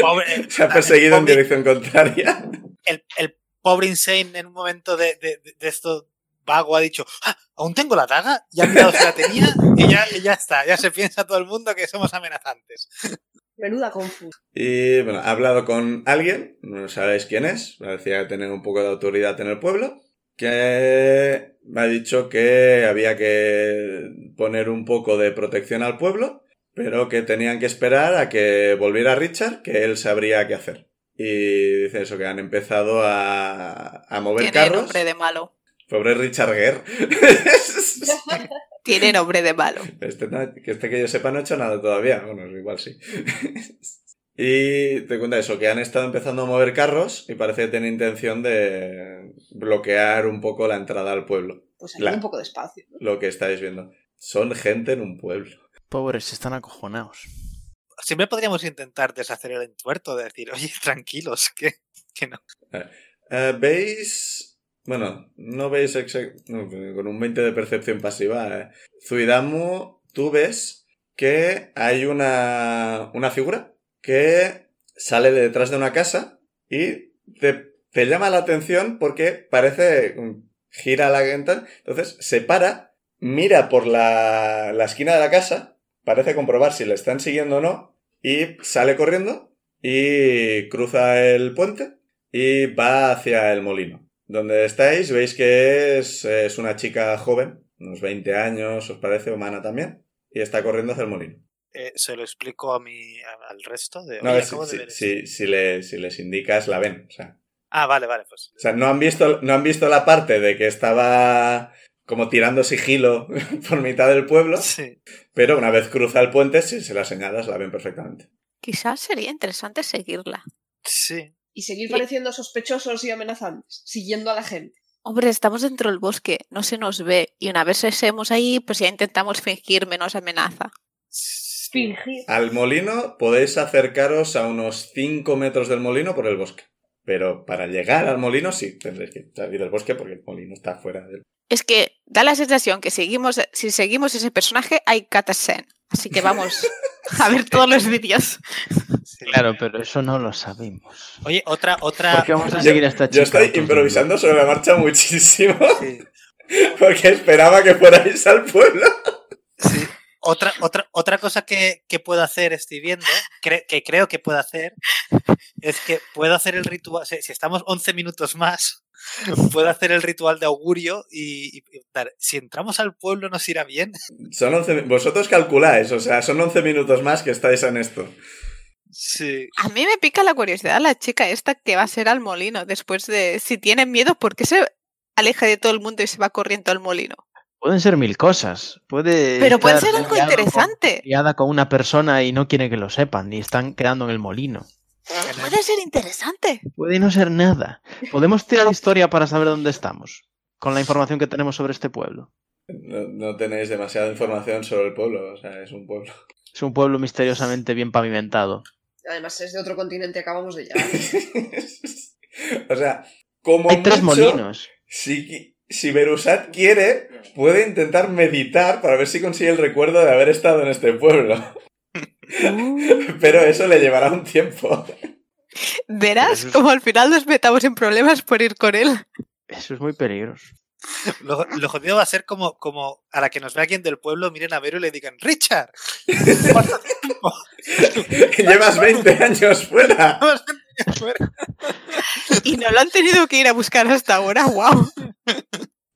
Pobre-
Se ha perseguido en
pobre-
dirección contraria.
el, el pobre Insane en un momento de, de- de- de esto vago ha dicho, "Ah, aún tengo la daga, ya he mirado si la tenía y ya, y ya está, ya se piensa todo el mundo que somos amenazantes.
Menuda confusa.
Y bueno, ha hablado con alguien, no sabéis quién es, parecía tener un poco de autoridad en el pueblo, que me ha dicho que había que poner un poco de protección al pueblo, pero que tenían que esperar a que volviera Richard, que él sabría qué hacer. Y dice eso, que han empezado a, a mover
Tiene
carros.
nombre de malo.
Pobre Richard Gere.
Pues
Tiene nombre de malo.
Este, no- que este que yo sepa no ha hecho nada todavía. Bueno, igual sí. y te cuenta eso, que han estado empezando a mover carros y parece que tienen intención de bloquear un poco la entrada al pueblo.
Pues hay
La-
un poco de espacio. ¿no?
Lo que estáis viendo. Son gente en un pueblo.
Pobres, están acojonados.
Siempre podríamos intentar deshacer el entuerto, de decir, oye, tranquilos, que, que no.
Eh, ¿Veis? Bueno, no veis exact- no, con un 20 de percepción pasiva. eh. Zuidamu, tú ves que hay una, una figura que sale de detrás de una casa y te, te llama la atención porque parece mm, gira la ventana, entonces se para, mira por la, la esquina de la casa, parece comprobar si le están siguiendo o no y sale corriendo y cruza el puente y va hacia el molino. Donde estáis, veis que es, es una chica joven, unos 20 años, os parece humana también, y está corriendo hacia el molino.
eh, se lo explico a mi, a- al resto de...
No,
Oye,
si,
acabo de
si-
ver
si-
esto.
si le- si les indicas, la ven. O sea,
Ah, vale, vale, pues...
o sea, no, han visto, no han visto la parte de que estaba como tirando sigilo por mitad del pueblo,
Sí.
pero una vez cruza el puente, si se la señalas, la ven perfectamente.
Quizás sería interesante seguirla.
Sí.
Y seguir pareciendo sospechosos y amenazantes, siguiendo a la gente.
Hombre, estamos dentro del bosque, no se nos ve. Y una vez estemos ahí, pues ya intentamos fingir menos amenaza.
Sí.
Fingir.
Al molino podéis acercaros a unos 5 metros del molino por el bosque. Pero para llegar al molino sí, tendréis que salir del bosque porque el molino está fuera del...
Es que da la sensación que seguimos, si seguimos ese personaje, hay Katasen. Así que vamos a ver todos los vídeos.
sí.
Claro, pero eso no lo sabemos.
Oye, otra, otra...
¿Por qué vamos a
otra-
seguir a esta chica?
Ah, Yo estoy
Pues,
improvisando sobre la marcha muchísimo
Sí.
porque esperaba que fuerais al pueblo.
Sí. Otra, otra, otra cosa que, que puedo hacer, estoy viendo, cre- que creo que puedo hacer, es que puedo hacer el ritual, si, si estamos 11 minutos más, puedo hacer el ritual de augurio y, y preguntar, si entramos al pueblo nos irá bien.
Son 11 mi- Vosotros calculáis, o sea, son 11 minutos más que estáis en esto.
Sí.
A mí me pica la curiosidad la chica esta que va a ser al molino después de... Si tiene miedo, ¿por qué se aleja de todo el mundo y se va corriendo al molino?
Pueden ser mil cosas. Puede
Pero puede
estar
ser algo
liado con-
interesante.
liada con una persona y no quiere que lo sepan y están quedando en el molino.
Puede ser interesante.
Puede no ser nada. Podemos tirar historia para saber dónde estamos, con la información que tenemos sobre este pueblo.
No, no tenéis demasiada información sobre el pueblo, o sea, es un pueblo.
Es un pueblo misteriosamente bien pavimentado.
Además, es de otro continente, acabamos de llegar.
o sea, como
Hay tres
mucho,
molinos.
Si, si Berusat quiere, puede intentar meditar para ver si consigue el recuerdo de haber estado en este pueblo. Pero eso le llevará un tiempo.
Verás
eso es-
como al final nos metamos en problemas por ir con él.
Eso es muy peligroso.
Lo, lo jodido va a ser como, como a la que nos vea alguien del pueblo, miren a Vero y le digan, Richard,
Llevas 20 años fuera.
Y no lo han tenido que ir a buscar hasta ahora, wow.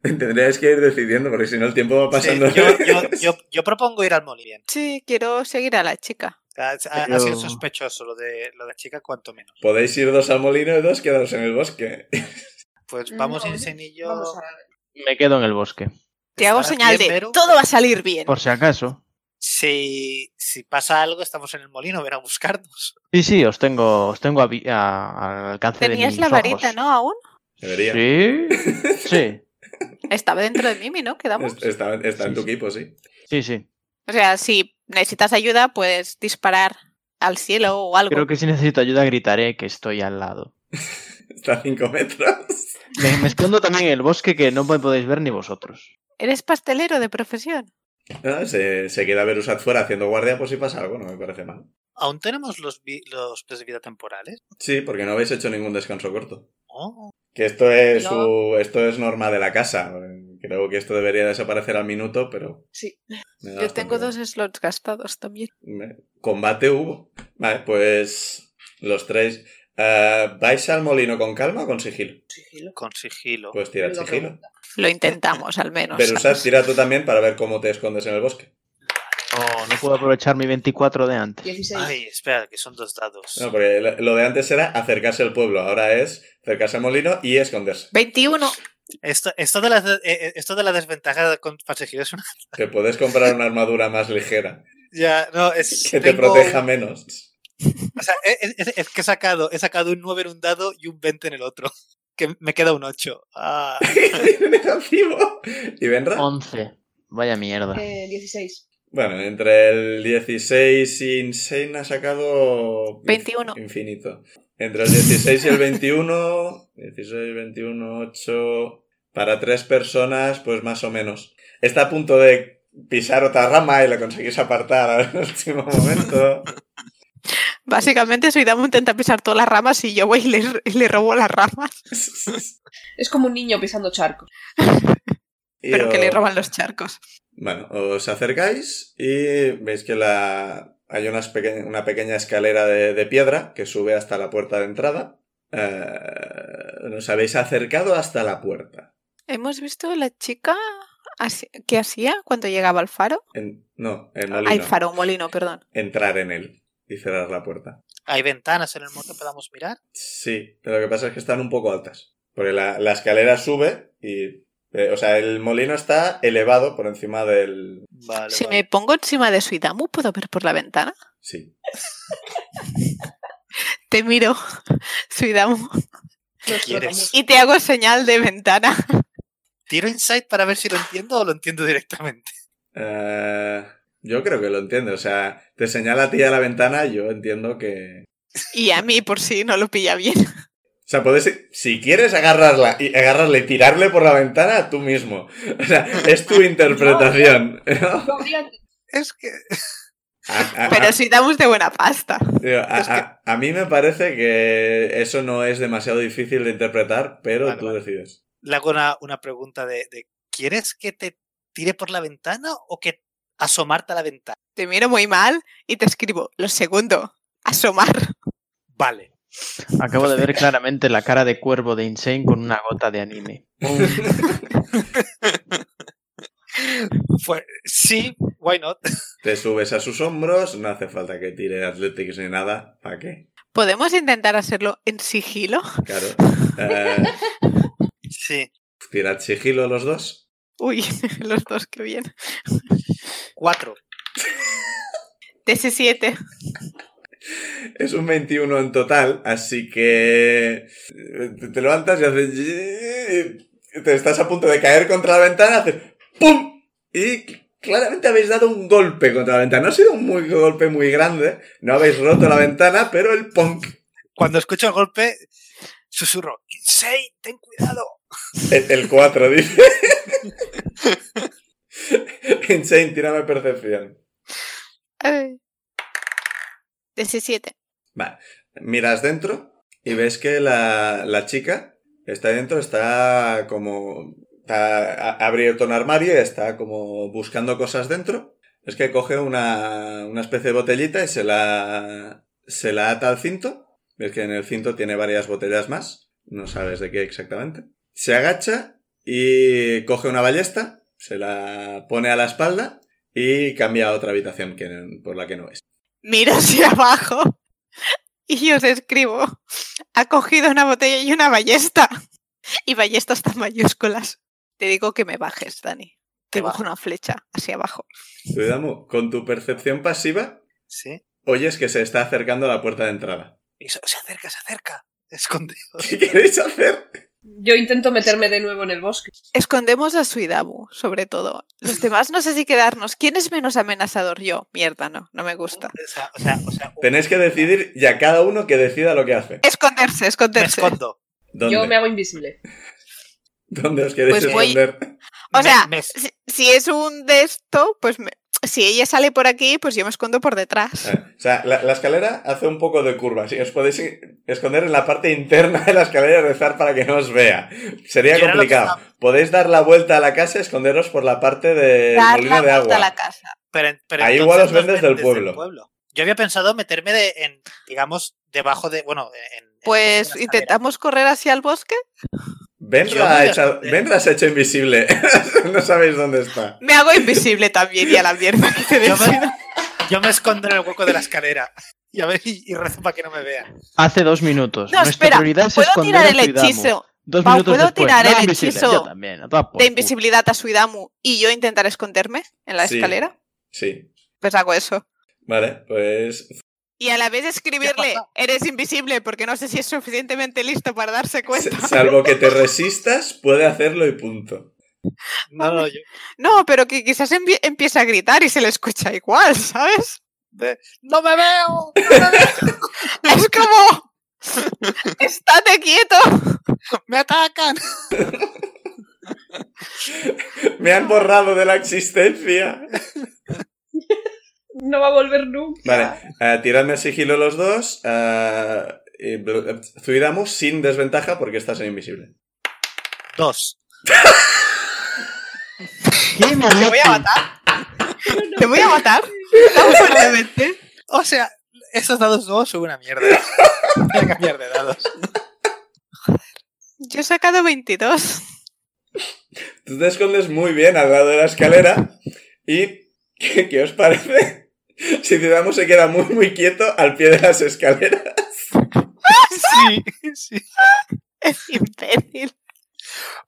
Tendrías que ir decidiendo porque si no el tiempo va
Sí,
pasando.
yo, yo, yo, yo propongo ir al molino.
Sí, quiero seguir a la chica.
Ha, ha- ha
Pero-
sido sospechoso lo de, lo de chica, cuanto menos.
Podéis ir dos al molino y dos quedaros en el bosque.
Mm,
Pues vamos,
No,
Insane y yo.
Vamos a...
Me quedo en el bosque.
Te hago
¿Estarás
señal
bien,
de
Vero?
todo va a salir bien.
Por si acaso.
Si, si pasa algo, estamos en el molino, ven a buscarnos.
Sí, sí, os tengo, os tengo a vi- a- al alcance
Tenías
de mis
la varita,
ojos.
¿no? Aún.
Debería.
Sí, sí,
Estaba dentro de Mimi, ¿no? Quedamos.
Es- Está, está en tu equipo, sí.
sí, sí.
O sea, si necesitas ayuda, puedes disparar al cielo o algo.
Creo que si necesito ayuda gritaré que estoy al lado.
Está a 5 metros.
Me, me escondo también en el bosque que no me podéis ver ni vosotros.
Eres pastelero de profesión.
No, Ah, se, se queda Berusat fuera haciendo guardia por si pasa algo, no me parece mal.
Aún tenemos los, vi- los test de vida temporales.
Sí, porque no habéis hecho ningún descanso corto.
Oh,
Que esto es,
Yo-
su- esto es norma de la casa. Creo que esto debería desaparecer al minuto, pero...
Sí.
me da
Yo tengo dos
bastante
slots gastados también.
igual. Combate hubo. Vale, pues los tres... eh, ¿Vais al molino con calma o con sigilo?
Sigilo.
con sigilo.
Pues tira
Lo
sigilo.
Lo intentamos, al menos.
Pero
¿sabes?
usas, tira tú también para ver cómo te escondes en el bosque.
No, no puedo aprovechar mi 24 de antes.
16.
Ay, espera, que son dos dados.
No, porque lo lo de antes era acercarse al pueblo, ahora es acercarse al molino y esconderse.
21.
Esto, esto, de las, eh, eh, esto de la desventaja de- con para sigilo es una.
Te puedes comprar una armadura más ligera
Ya, no, es.
que te
tengo-
proteja menos.
O sea, es, es- es que he sacado, he sacado un 9 en un dado y un 20 en el otro. Que me queda un 8. Ah,
negativo. ¿Y Benra?
11. Vaya mierda.
Eh, 16.
Bueno, entre el 16 y Insane ha sacado...
21.
Infinito. Entre el 16 y el 21... 16, 21, 8... Para tres personas, pues más o menos. Está a punto de pisar otra rama y la conseguís apartar al último momento.
Básicamente, Suidamo intenta pisar todas las ramas y yo voy y le, y le robo las ramas.
Es como un niño pisando charcos.
Y
Pero que le
os-
roban los charcos.
Bueno, os acercáis y veis que la... hay unas peque- una pequeña escalera de, de piedra que sube hasta la puerta de entrada. Eh, nos habéis acercado hasta la puerta.
Hemos visto a la chica Así- ¿Qué hacía cuando llegaba al faro?
En- no, en
Al
Molino.
faro, molino, perdón.
Entrar en él y cerrar la puerta.
¿Hay ventanas en el muro que podamos mirar?
Sí, pero lo que pasa es que están un poco altas. Porque la, la escalera sube y... eh, o sea, el molino está elevado por encima del...
Vale,
si
vale.
me pongo encima de Suidamu, ¿puedo ver por la ventana?
Sí.
Te miro, Suidamu,
Nos
quieres?
y te hago señal de ventana.
¿Tiro insight para ver si lo entiendo o lo entiendo directamente?
Eh, yo creo que lo entiendo. O sea, te señala a ti a la ventana, yo entiendo que...
Y a mí, por si no lo pilla bien.
O sea, puedes, si quieres agarrarla y agarrarle y tirarle por la ventana tú mismo. O sea, es tu interpretación. ¿no?
tomamos- Yo habría-
Es que.
A- a-
Pero
a-
Suidamu es de buena pasta.
Digo, a,
Es que-
a- a mí me parece que eso no es demasiado difícil de interpretar, pero
Vale,
tú
vale.
decides.
Le hago una, una pregunta de, de, ¿Quieres que te tire por la ventana o que asomarte a la ventana?
Te miro muy mal y te escribo, lo segundo, asomar.
Vale.
Acabo de ver claramente la cara de cuervo de Insane con una gota de anime.
Fue- sí, why not?
Te subes a sus hombros, no hace falta que tire athletics ni nada. ¿Para qué?
¿Podemos intentar hacerlo en sigilo?
Claro. Eh,
Sí.
tirad sigilo los dos.
Uy, los dos, qué bien.
Cuatro.
17.
Es un 21 en total, así que eh, te- te levantas y haces... y Te estás a punto de caer contra la ventana, haces ¡pum! Y claramente habéis dado un golpe contra la ventana. No ha sido un muy golpe muy grande, no habéis roto la ventana, pero el punk
Cuando escucho el golpe, susurro, Insane, ten cuidado.
El, 4, dice. Insane, tírame percepción.
Ay. 17.
Vale. Miras dentro y ves que la, la chica está dentro, está como. Está, ha ha abierto un armario y está como buscando cosas dentro. Es que coge una, una especie de botellita y se la, se la ata al cinto. Ves que en el cinto tiene varias botellas más. No sabes de qué exactamente. Se agacha y coge una ballesta, se la pone a la espalda y cambia a otra habitación que, por la que no es.
Miro hacia abajo y os escribo. Ha cogido una botella y una ballesta. Y ballestas tan mayúsculas. Te digo que me bajes, Dani. Te
Te
bajo
bajo.
una flecha hacia abajo.
Cuidamo, con tu percepción pasiva,
Sí.
oyes que se está acercando a la puerta de entrada.
Y se, se acerca, se acerca. Escondido.
¿Qué queréis hacer?
Yo intento meterme de nuevo en el bosque.
Escondemos a Suidamu, sobre todo. Los demás no sé si quedarnos. ¿Quién es menos amenazador? Yo. Mierda, no. No me gusta.
O sea, o sea, o sea, un-
Tenéis que decidir y a cada uno que decida lo que hace.
Esconderse,
me
esconderse.
escondo.
¿Dónde,
Yo me hago invisible.
¿Dónde os queréis
Pues voy-
esconder?
O
Me-
sea,
me-
si, si es un de esto, pues me- si ella sale por aquí, pues yo me escondo por detrás.
Ah, O sea, la, la escalera hace un poco de curvas y os podéis i- esconder en la parte interna de la escalera y rezar para que no os vea. Sería
Y era lo que
complicado. Podéis dar la vuelta a la casa y esconderos por la parte del
Dar la
molino de
vuelta
agua.
a la casa.
pero en- pero
ahí
entonces
igual os
nos
ven desde el pueblo.
Yo había pensado meterme de, en, digamos, debajo de, bueno, en... en- en
Pues
una
intentamos correr hacia el bosque.
Yo
Benra,
me
ha
voy a
hecho,
esconder.
Benra se ha hecho invisible. no sabéis dónde está.
Me hago invisible también y a la mierda que te
Yo
deseo.
escalera. Yo me escondo en el hueco de la escalera. Y a ver, y, y rezo para que no me vean.
Hace dos minutos.
No,
Nuestra
espera,
prioridad es
¿puedo
esconder
tirar
a
el
Zuidamu.
hechizo
Dos
Pau,
minutos
¿puedo
después.
tirar
No,
el
invisible,
hechizo
Yo también, a toda por
de
culo.
invisibilidad a Suidamu y yo intentar esconderme en la
Sí.
escalera?
Sí.
Pues hago eso.
Vale, pues
Y a la vez escribirle,
pasado?
eres invisible, porque no sé si es suficientemente listo para darse cuenta.
S- Salvo que te resistas, puede hacerlo y punto.
No, no, yo...
No, pero que quizás empie- empiece a gritar y se le escucha igual, ¿sabes?
de, ¡No me veo! ¡No me veo!
Es como. ¡Estate quieto!
¡Me atacan!
Me han borrado de la existencia.
No va a volver nunca.
Vale, eh, tiradme sigilo los dos. eh, y bl- Zuidamu sin desventaja porque estás en invisible.
Dos.
¿Qué
Te voy a matar. Te voy a matar. Tan fuertemente.
O sea, esos dados nuevos son una mierda. Voy a cambiar de dados.
Yo he sacado 22.
Tú te escondes muy bien al lado de la escalera y ¿qué, qué os parece? Si Zidamo se queda muy muy quieto al pie de las escaleras.
Sí, sí.
Es imbécil.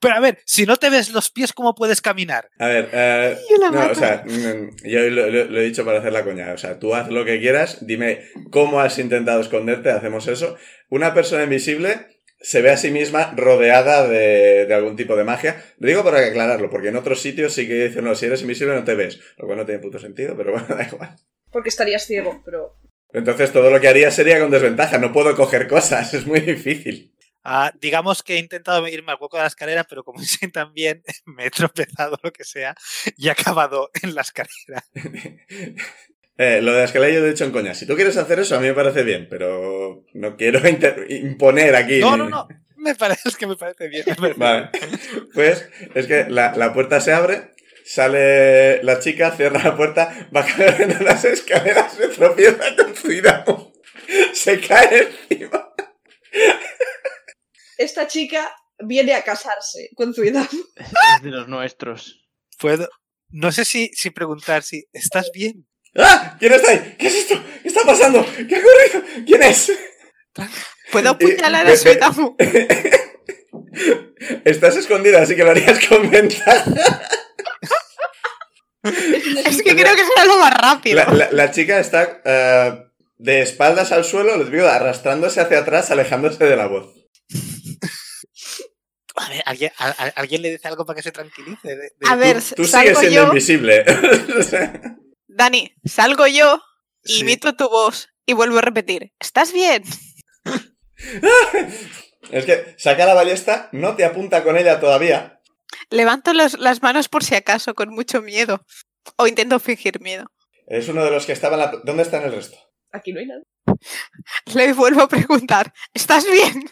Pero a ver, si no te ves los pies, ¿cómo puedes caminar?
A ver, eh,
Yo la
no,
mato.
o sea, mm, yo lo, lo- lo he dicho para hacer la coña. O sea, tú haz lo que quieras, dime cómo has intentado esconderte, hacemos eso. Una persona invisible se ve a sí misma rodeada de, de algún tipo de magia. Lo digo para aclararlo, porque en otros sitios sí que dicen, no, si eres invisible no te ves. Lo cual no tiene puto sentido, pero bueno, da igual.
Porque estarías ciego, pero.
Entonces todo lo que haría sería con desventaja. No puedo coger cosas, es muy difícil.
Ah, digamos que he intentado irme al hueco de la escalera, pero como sé tan bien, me he tropezado lo que sea y he acabado en la escalera.
Eh, lo de la escalera yo lo he dicho en coña. Si tú quieres hacer eso, a mí me parece bien, pero no quiero inter- imponer aquí.
No, no, no. Me parece es que me parece bien. me parece
Vale. Pues es que la, la puerta se abre, sale la chica, cierra la puerta, va cayendo las escaleras, se tropieza con cuidado. Se cae encima.
Esta chica viene a casarse con tu edad.
Es de los nuestros.
Puedo. No sé si, si preguntar si estás bien.
¡Ah! ¿Quién está ahí? ¿Qué es esto? ¿Qué está pasando? ¿Qué ha ocurrido? ¿Quién es?
eh,
¿Puedo apuñalar
ve-
a
ve-
Suidamu?
Estás escondida, así que lo harías con ventaja.
Es que creo que será lo más rápido.
La, la- la chica está eh, de espaldas al suelo, les digo, arrastrándose hacia atrás, alejándose de la voz.
A ver, ¿alguien, a- a- ¿alguien le dice algo para que se tranquilice? De- de-
A ver,
Tú sigues
salgo
siendo
yo.
invisible. O sea,
Dani, salgo yo,
Sí.
imito tu voz y vuelvo a repetir. ¿Estás bien?
Es que saca la ballesta, no te apunta con ella todavía.
Levanto los- las manos por si acaso, con mucho miedo. O intento fingir miedo.
Es uno de los que estaba en la... ¿Dónde están el resto?
Aquí no hay nada.
Le vuelvo a preguntar. ¿Estás bien?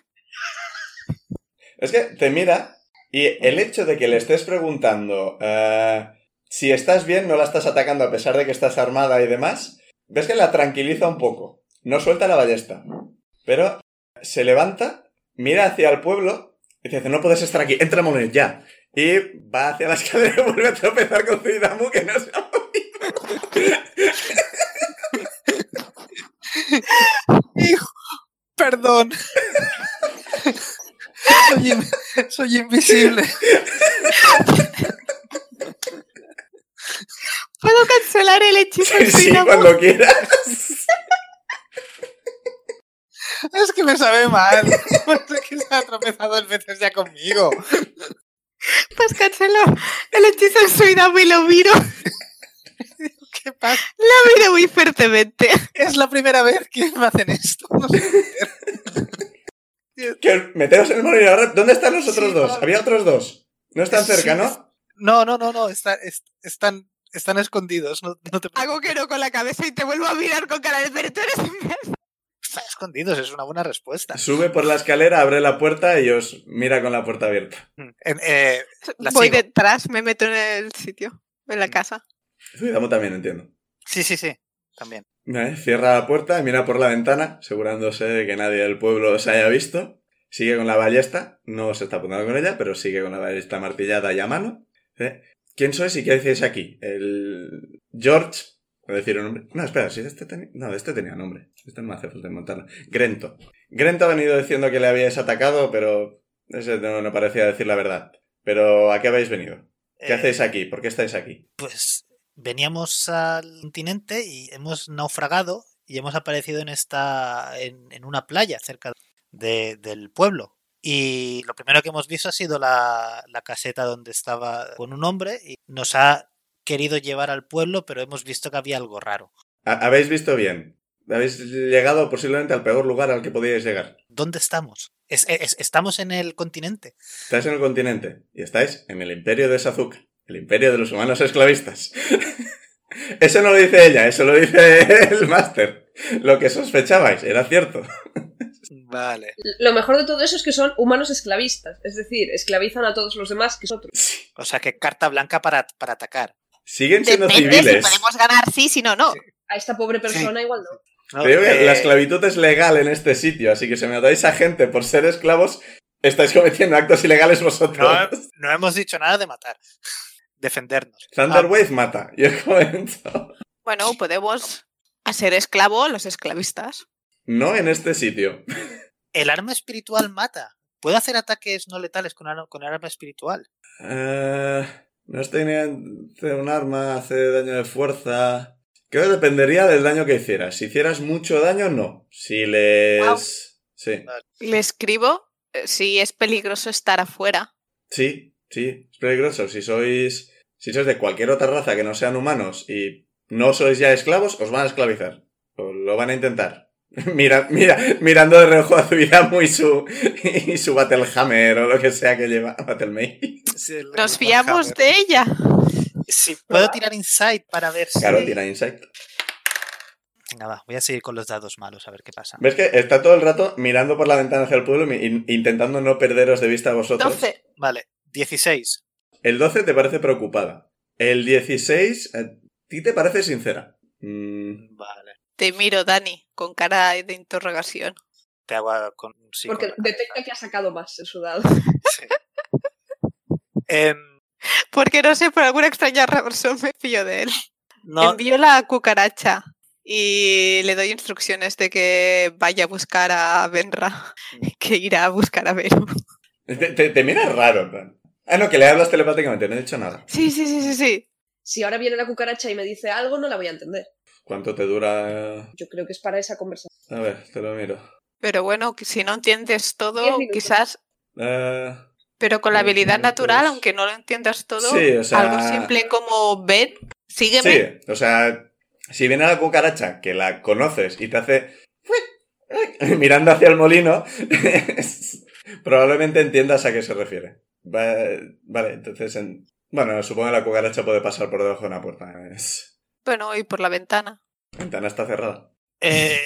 Es que te mira y el hecho de que le estés preguntando eh, si estás bien, no la estás atacando a pesar de que estás armada y demás, ves que la tranquiliza un poco. No suelta la ballesta. Pero se levanta, mira hacia el pueblo y te dice, no puedes estar aquí, entra Monet, ya. Y va hacia la escalera y vuelve a tropezar con Zuidamu que no se ha
Hijo, perdón. soy, in- soy invisible.
¿Puedo cancelar el hechizo
Sí,
de
sí,
Suidamu?
cuando quiera.
Es que me sabe mal. Es que se ha tropezado dos veces ya conmigo.
Pues cancelo el hechizo de Suidamu y lo miro.
¿Qué pasa?
Lo miro muy fuertemente.
Es la primera vez que me hacen esto. No sé.
Que meteros en el molino. Ahora, ¿Dónde están los otros
Sí,
dos?
vale.
Había otros dos. No están cerca,
Sí, es-
¿no?
No, no, no, no. está- es- están, están escondidos. No, no te
Hago que no con la cabeza y te vuelvo a mirar con cara de pero tú eres imbécil".
Están escondidos, es una buena respuesta.
Sube por la escalera, abre la puerta y os mira con la puerta abierta.
En- eh, La
Voy
sigo.
detrás, me meto en el sitio, en la casa.
Zuidamo también, entiendo.
sí, sí, sí. También.
Vale, Cierra la puerta y mira por la ventana, asegurándose de que nadie del pueblo os haya visto. Sigue con la ballesta, no se está apuntando con ella, pero sigue con la ballesta martillada y a mano. Dice, ¿Quién sois y qué hacéis aquí? El George, voy a decir un nombre. No, espera, si este tenía... No, este tenía nombre. Este no me hace falta montarlo. Grento. Grento ha venido diciendo que le habíais atacado, pero ese no, no parecía decir la verdad. Pero ¿a qué habéis venido? ¿Qué
Eh,
hacéis aquí? ¿Por qué estáis aquí?
Pues veníamos al continente y hemos naufragado y hemos aparecido en esta en, en una playa cerca de- del pueblo. Y lo primero que hemos visto ha sido la, la caseta donde estaba con un hombre y nos ha querido llevar al pueblo, pero hemos visto que había algo raro.
Ha- ¿Habéis visto bien? Habéis llegado posiblemente al peor lugar al que podíais llegar.
¿Dónde estamos? Es- es- estamos en el continente.
Estáis en el continente y estáis en el imperio de Sazuka, el imperio de los humanos esclavistas. eso no lo dice ella, eso lo dice el máster. Lo que sospechabais era cierto.
Vale.
Lo mejor de todo eso es que son humanos esclavistas. Es decir, esclavizan a todos los demás que nosotros.
O sea que carta blanca para, para atacar.
Siguen siendo
Depende si
civiles.
podemos ganar, sí, si no, no.
A esta pobre persona igual no.
¿no?
Te digo que
Eh,
la esclavitud es legal en este sitio, así que si me dais a gente por ser esclavos, Estáis cometiendo actos ilegales vosotros.
No, eh, no hemos dicho nada de matar. Defendernos.
Thunderwave mata. Yo comento.
Bueno, podemos hacer esclavo a los esclavistas.
No en este sitio.
El arma espiritual mata. Puedo hacer ataques no letales con, ar- con el arma espiritual.
Eh, no es técnicamente un arma, hace daño de fuerza. Creo que dependería del daño que hicieras. Si hicieras mucho daño, no. Si les.
Wow.
Sí.
Le escribo eh, si es peligroso estar afuera.
Sí, sí. Es peligroso. Si sois. Si sois de cualquier otra raza que no sean humanos y no sois ya esclavos, os van a esclavizar. O lo van a intentar. Mira, mira, mirando de reojo a Zubidamu y su, y su Battlehammer o lo que sea que lleva Battlemail.
Nos fiamos de ella.
Si puedo tirar insight para ver si.
Claro, tira insight.
Venga, va, voy a seguir con los dados malos a ver qué pasa.
¿Ves que está todo el rato mirando por la ventana hacia el pueblo, mi- in- intentando no perderos de vista a vosotros?
12.
Vale, 16.
El 12 te parece preocupada. El 16 a ti te parece sincera. Mm,
Vale.
Te miro, Dani, con cara de interrogación.
Te hago con. sí,
Porque
con-
detecta que ha sacado más en su dado.
sí. Em,
Porque no sé, por alguna extraña razón me fío de él.
no,
Envío la cucaracha y le doy instrucciones de que vaya a buscar a Benra,
Mm.
que irá a buscar a Vero.
Te, te- te mira raro, en plan. Ah, no, que le hablas telepáticamente, no he dicho nada.
Sí, sí, sí, sí, sí.
Si ahora viene la cucaracha y me dice algo, no la voy a entender.
¿Cuánto te dura?
Yo creo que es para esa conversación.
A ver, te lo miro.
Pero bueno, que si no entiendes todo,
Diez minutos.
quizás,
Eh,
pero con la
Diez
habilidad
minutos.
natural, aunque no lo entiendas todo,
Sí, o sea-
algo simple como ven, sígueme.
sí, o sea, si viene la cucaracha, que la conoces y te hace... mirando hacia el molino, probablemente entiendas a qué se refiere. Va- vale, entonces... en- Bueno, supongo que la cucaracha puede pasar por debajo de una puerta. es-
Bueno, y por la ventana.
La ventana está cerrada.
eh,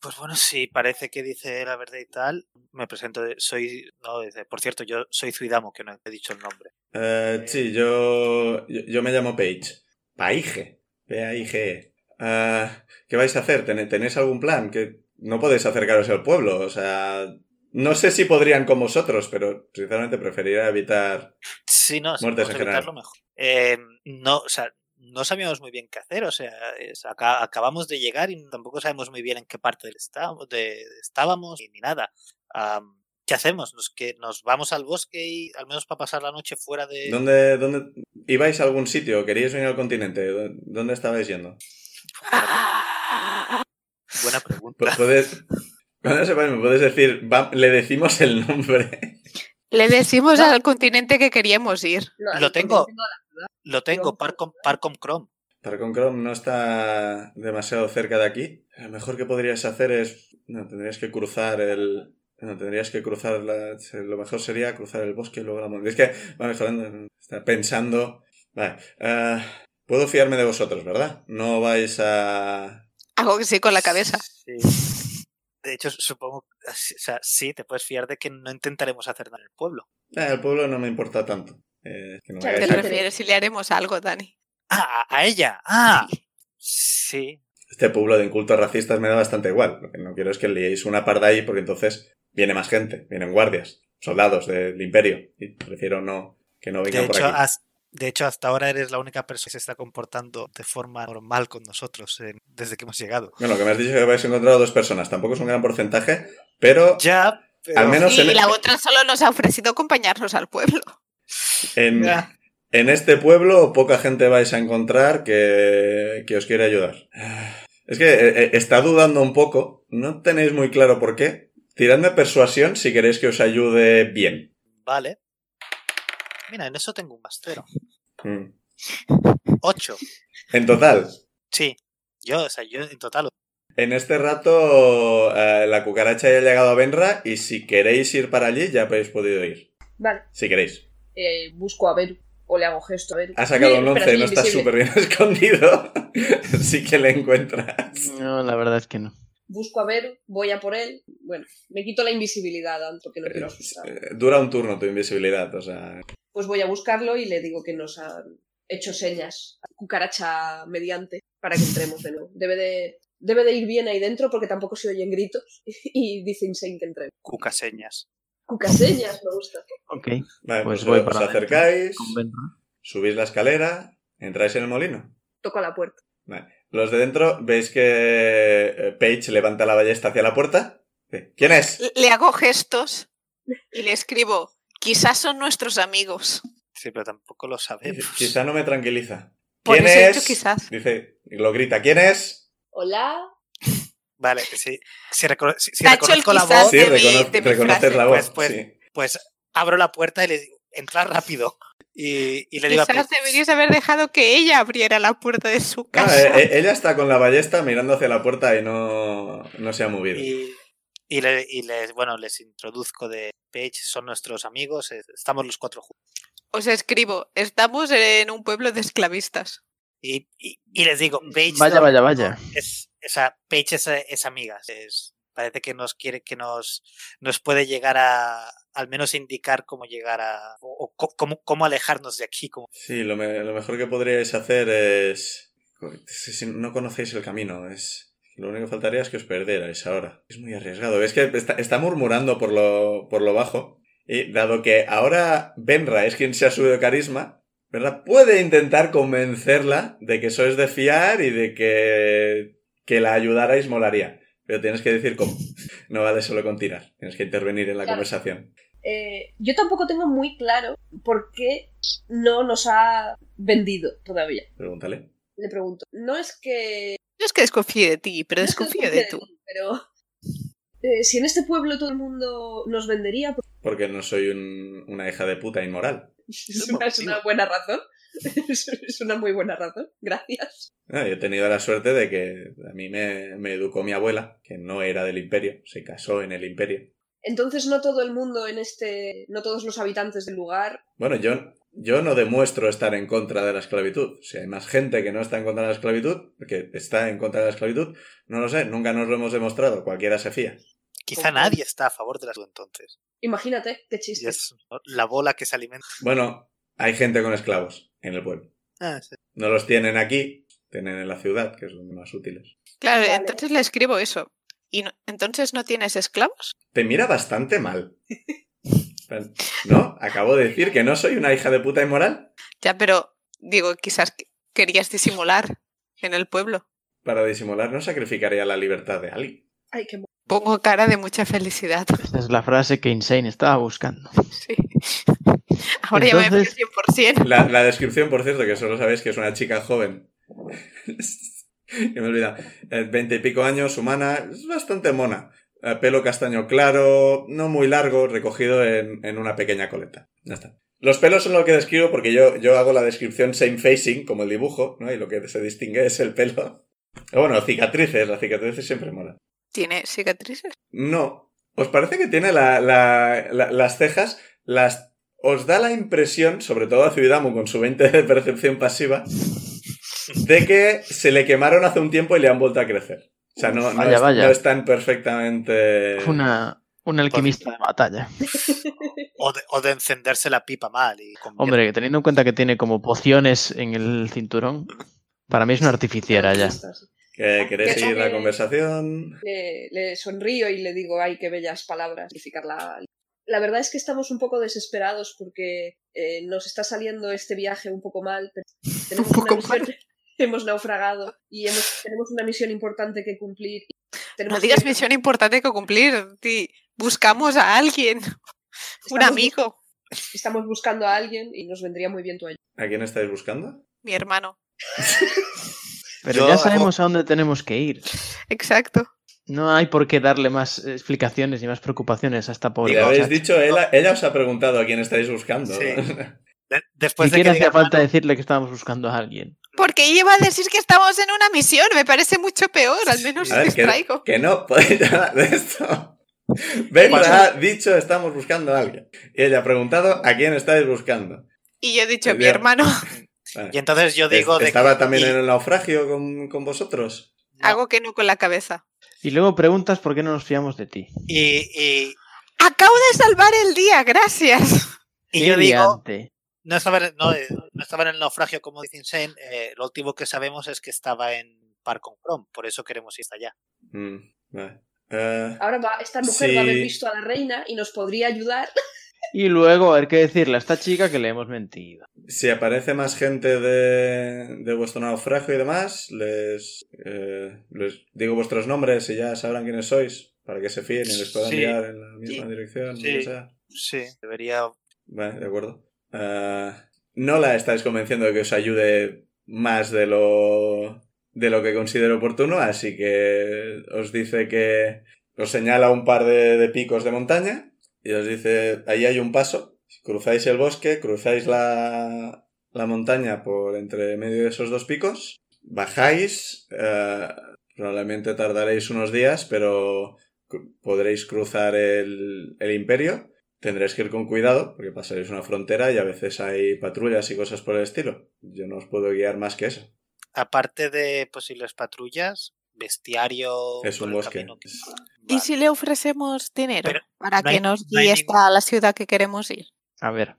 pues bueno, sí, parece que dice la verdad y tal. Me presento, de- soy. No, dice, por cierto, yo soy Zuidamo, que no he dicho el nombre.
Eh, sí, yo, yo, yo me llamo Paige. Paige. P-A-I-G-E. Ah, ¿Qué vais a hacer? ¿Tene- ¿Tenéis algún plan? Que no podéis acercaros al pueblo. O sea, no sé si podrían con vosotros, pero sinceramente preferiría evitar.
Sí, no, sí,
Muertes
vamos a
en general.
evitarlo mejor. Eh, no, o sea, no sabíamos muy bien qué hacer, o sea, es- aca- acabamos de llegar y tampoco sabemos muy bien en qué parte del estábamos, de, estábamos ni, ni nada. Am, ¿Qué hacemos? ¿Nos, que ¿Nos vamos al bosque y al menos para pasar la noche fuera de...?
¿Dónde, dónde ibais a algún sitio? ¿Queríais venir al continente? ¿Dó- ¿Dónde estabais yendo?
Buena
P-
pregunta.
¿Puedes, cuando sepáis, me puedes decir, va- le decimos el nombre.
Le decimos al continente que queríamos ir.
No,
Lo
al
tengo.
continente no, a
Lo tengo, Parcom, Parcom Chrome.
Parcon Chrome no está demasiado cerca de aquí. Lo mejor que podrías hacer es. No, tendrías que cruzar el. No, tendrías que cruzar la. Lo mejor sería cruzar el bosque y luego la montaña. Es que. Vale, jolando, está pensando. Vale. eh, puedo fiarme de vosotros, ¿verdad? No vais a.
Hago que sí con la cabeza.
Sí. De hecho, supongo, o sea, sí, te puedes fiar de que no intentaremos hacer nada en el pueblo.
Eh, el pueblo no me importa tanto. Eh, que no
Claro,
me
¿Te
hagáis-
Exacto.
refieres si le haremos algo, Dani?
Ah, a a ella. Ah, sí.
Este pueblo de incultos racistas me da bastante igual. Lo que no quiero es que liéis una parda ahí porque entonces viene más gente. Vienen guardias, soldados del imperio. Y prefiero no. Que no vengan
De
por
hecho,
aquí.
has- de hecho, hasta ahora eres la única persona que se está comportando de forma normal con nosotros eh, desde que hemos llegado.
Bueno, que me has dicho que habéis encontrado dos personas. Tampoco es un gran porcentaje, pero
Ya, pero...
Al menos- No se
y
le-
la otra solo nos ha ofrecido acompañarnos al pueblo.
en,
Ya.
en este pueblo poca gente vais a encontrar que, que os quiere ayudar. Es que eh, eh, está dudando un poco. No tenéis muy claro por qué. Tiradme persuasión si queréis que os ayude bien.
Vale. Mira, en eso tengo un más cero.
Mm.
Ocho.
En total,
Sí. Yo, o sea, yo en total.
en este rato eh, la cucaracha ya ha llegado a Benra y si queréis ir para allí ya habéis podido ir.
la- Vale.
Si queréis.
Eh, busco a Beru. O le hago gesto a Beru.
Ha sacado un
Espera,
11,
soy
no está
invisible.
súper bien escondido. Así que le encuentras.
No, la verdad es que no.
Busco a Beru, voy a por él. Bueno, me quito la invisibilidad, Dan, porque no quiero asustar.
Eh, Dura un turno tu invisibilidad, o sea.
Pues voy a buscarlo y le digo que nos han hecho señas, cucaracha mediante, para que entremos de nuevo. Debe de, debe de ir bien ahí dentro porque tampoco se oyen gritos y dice Insane que entremos.
Cucaseñas.
Cucaseñas, me gusta.
Ok.
Vale,
Pues
pues,
voy
os,
para
os
adentro.
acercáis,
Convento.
subís la escalera, entráis en el molino.
Toco a la puerta.
Los de dentro veis que eh, Paige levanta la ballesta hacia la puerta. Dice, ¿Quién es?
Le hago gestos y le escribo, quizás son nuestros amigos.
Sí, pero tampoco lo sabemos.
Quizá no me tranquiliza.
Por
¿Quién
eso he
es?
dicho quizás.
Dice, y lo grita, ¿quién es?
Hola.
Vale, sí. Si, recono- si- si
Tacho el
reconozco la
quizás
voz,
Sí,
de mi-
recono-
de mi
reconoces
frase.
la
Pues,
voz.
pues,
sí.
pues abro la puerta y le digo, entra rápido. Y, y le digo a
Quizás
Pete,
deberías haber dejado que ella abriera la puerta de su
Ah,
casa.
eh, eh, ella está con la ballesta mirando hacia la puerta y no, no se ha movido.
y, y le- y les, bueno, les introduzco de Page, son nuestros amigos, eh, estamos los cuatro juntos.
Os escribo, estamos en un pueblo de esclavistas.
Y, y- y les digo, Page
Mm, Vaya, vaya, vaya.
es, o sea, Paige es, es amiga. es- parece que nos quiere, que nos, nos puede llegar a, al menos indicar cómo llegar a, o, o co- cómo, cómo alejarnos de aquí. Como,
Sí, lo, me- lo mejor que podríais hacer es... Si si no conocéis el camino, es... Lo único que faltaría es que os perdierais ahora. Es muy arriesgado. Es que está, está murmurando por lo, por lo bajo. Y dado que ahora Benra es quien se ha subido carisma, ¿verdad? Puede intentar convencerla de que sois de fiar y de que, que la ayudarais molaría. Pero tienes que decir cómo. No vale solo con tirar. Tienes que intervenir en la
Claro.
conversación.
Eh, yo tampoco tengo muy claro por qué no nos ha vendido todavía.
Pregúntale.
Le pregunto. No es que.
Yo es que desconfío de ti, pero
no es que
desconfío
desconfíe
de tú.
ti, Pero. eh, si en este pueblo todo el mundo nos vendería, pues
Porque no soy un- una hija de puta inmoral.
es una, es una buena razón. Es es una muy buena razón. Gracias.
Ah, yo he tenido la suerte de que a mí me, me educó mi abuela, que no era del imperio, se casó en el imperio.
Entonces, no todo el mundo en este. No todos los habitantes del lugar
Bueno, yo, yo no demuestro estar en contra de la esclavitud. Si hay más gente que no está en contra de la esclavitud, que está en contra de la esclavitud, no lo sé, nunca nos lo hemos demostrado, cualquiera se fía.
quizá
Ujú.
nadie está a favor de la tú entonces.
Imagínate, qué chiste.
Y es la bola que se alimenta.
Bueno, hay gente con esclavos en el pueblo.
Ah, sí.
No los tienen aquí, tienen en la ciudad, que es donde más útiles.
Claro,
Vale.
entonces le escribo eso. ¿Y no- entonces no tienes esclavos?
Te mira bastante mal. ¿No? Acabo de decir que no soy una hija de puta inmoral.
Ya, pero digo, quizás que- querías disimular en el pueblo.
Para disimular no sacrificaría la libertad de alguien.
Ay, qué mo-
Pongo cara de mucha felicidad.
Esa es la frase que Insane estaba buscando.
Sí. Ahora ya me veo
Entonces-
100%.
La, la descripción, por cierto, que solo sabéis que es una chica joven. que me olvida. Veinte y pico años, humana, es bastante mona. Eh, Pelo castaño claro, no muy largo, recogido en, en una pequeña coleta. Ya está. Los pelos son lo que describo porque yo, yo hago la descripción same facing, como el dibujo, ¿no? Y lo que se distingue es el pelo. Pero bueno, cicatrices, las cicatrices siempre mola.
¿Tiene cicatrices?
No. ¿Os parece que tiene la- la- la- las cejas? Las, os da la impresión, sobre todo a Ciudadamu con su 20 de percepción pasiva, de que se le quemaron hace un tiempo y le han vuelto a crecer. O sea, no, no
Vaya,
es-
vaya.
no están
Eh,
perfectamente...
Fue una, un alquimista de batalla.
O, de, o de encenderse la pipa mal. Y convierte-
Hombre, que teniendo en cuenta que tiene como pociones en el cinturón, para mí es una artificiera ya.
¿Que ¿Queréis
Que
seguir la
sabe-
conversación?
Le, le sonrío y le digo, ay, qué bellas palabras. Significar La, la verdad es que estamos un poco desesperados porque eh, nos está saliendo este viaje un poco mal. pero tenemos
Un poco
una misión- Hemos naufragado y hemos- tenemos una misión importante que cumplir.
No
Tenemos
digas
que-
misión importante que cumplir. ti. Buscamos a alguien, un
estamos-
amigo,
Estamos buscando a alguien y nos vendría muy bien tu ayuda.
¿A quién estáis buscando?
mi hermano.
Pero
Yo
ya
hago-
sabemos a dónde tenemos que ir.
Exacto.
No hay por qué darle más eh, explicaciones ni más preocupaciones a esta pobre
Le habéis
muchacha.
dicho, ella, ella os ha preguntado a quién estáis buscando.
Sí. de-
Ni
después de que
siquiera hacía
diga,
falta decirle que estábamos buscando a alguien.
Porque ella iba a decir que estamos en una misión. Me parece mucho peor. Al menos
A ver, que,
distraigo.
que no podéis hablar de esto. Ven, ha dicho estamos buscando a alguien. Y ella ha preguntado a quién estáis buscando.
Y yo he dicho, mi
Bien.
hermano,
Vale.
Y entonces yo digo de
¿Estaba
que-
también
y-
en el naufragio con, con vosotros?
no,
hago que no con la cabeza.
Y luego preguntas por qué no nos fiamos de ti.
y, y-
Acabo de salvar el día, gracias.
y yo
Qué
digo,
liante.
No estaba, en- no, eh, no estaba en el naufragio, como dice Insane. eh, lo último que sabemos es que estaba en par con Chrome, por eso queremos ir hasta allá.
Mm, vale. Eh,
Ah.
Ahora va, esta mujer va a
Sí.
haber visto a la reina y nos podría ayudar.
Y luego hay que decirle a esta chica que le hemos mentido.
si aparece más gente de, de vuestro naufragio y demás, les, eh, les digo vuestros nombres y ya sabrán quiénes sois para que se fíen y les puedan
Sí.
guiar en la misma
Sí.
dirección.
Sí.
lo que sea.
Sí, debería.
Vale, de acuerdo. Eh, no la estáis convenciendo de que os ayude más de lo, de lo que considero oportuno, así que os dice que os señala un par de, de picos de montaña y os dice, ahí hay un paso, cruzáis el bosque, cruzáis la, la montaña por entre medio de esos dos picos, bajáis, eh, probablemente tardaréis unos días, pero cru- podréis cruzar el, el imperio tendréis que ir con cuidado porque pasaréis una frontera y a veces hay patrullas y cosas por el estilo. Yo no os puedo guiar más que eso.
Aparte de posibles patrullas, bestiario.
Es
por
un
el
bosque.
camino que-
¿Y
Vale.
si le ofrecemos dinero
Pero
para
no
que
hay-
nos
no hay
guíe hasta la ciudad que queremos ir?
A ver,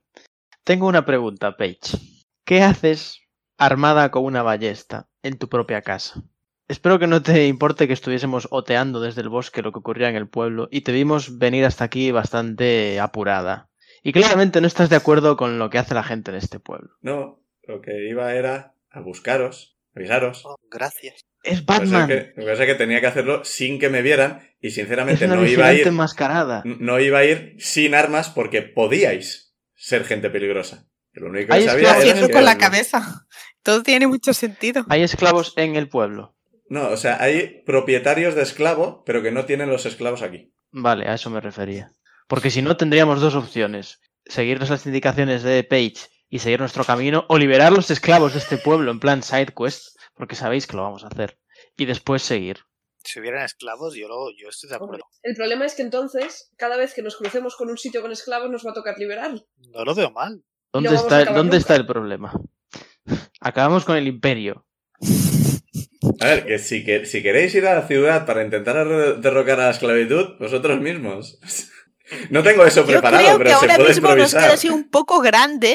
tengo una pregunta, Paige. ¿Qué haces armada con una ballesta en tu propia casa? Espero que no te importe que estuviésemos oteando desde el bosque lo que ocurría en el pueblo y te vimos venir hasta aquí bastante apurada. Y claramente no estás de acuerdo con lo que hace la gente en este pueblo.
No, lo que iba era a buscaros, avisaros.
Oh, gracias.
Es
Lo que pasa
Batman.
Pues es que- lo que pasa es que tenía que hacerlo sin que me vieran y
Es
sinceramente
una
no iba a
vigilante
ir.
enmascarada.
No iba a ir sin armas porque podíais ser gente peligrosa. Lo único que
Ahí es
sabía
que
era
Haciendo
que
con la
eran-
cabeza. Todo tiene mucho sentido.
Hay esclavos en el pueblo.
No, o sea, hay propietarios de esclavo, pero que no tienen los esclavos aquí.
Vale, a eso me refería. Porque si no, tendríamos dos opciones. Seguirnos las indicaciones de Page y seguir nuestro camino, o liberar los esclavos de este pueblo en plan side quest, porque sabéis que lo vamos a hacer. Y después seguir.
Si hubieran esclavos, yo, lo, yo estoy de acuerdo.
El problema es que entonces, cada vez que nos crucemos con un sitio con esclavos, nos va a tocar liberar.
No lo veo mal.
¿Dónde,
vamos a
está,
acabar nunca.
¿dónde está el problema? Acabamos con el imperio.
A ver, que si, que si queréis ir a la ciudad para intentar arre- derrocar a la esclavitud, vosotros mismos. No tengo eso
Yo
preparado,
creo que
pero se
ahora
puede
mismo nos
improvisar.
queda así un poco grande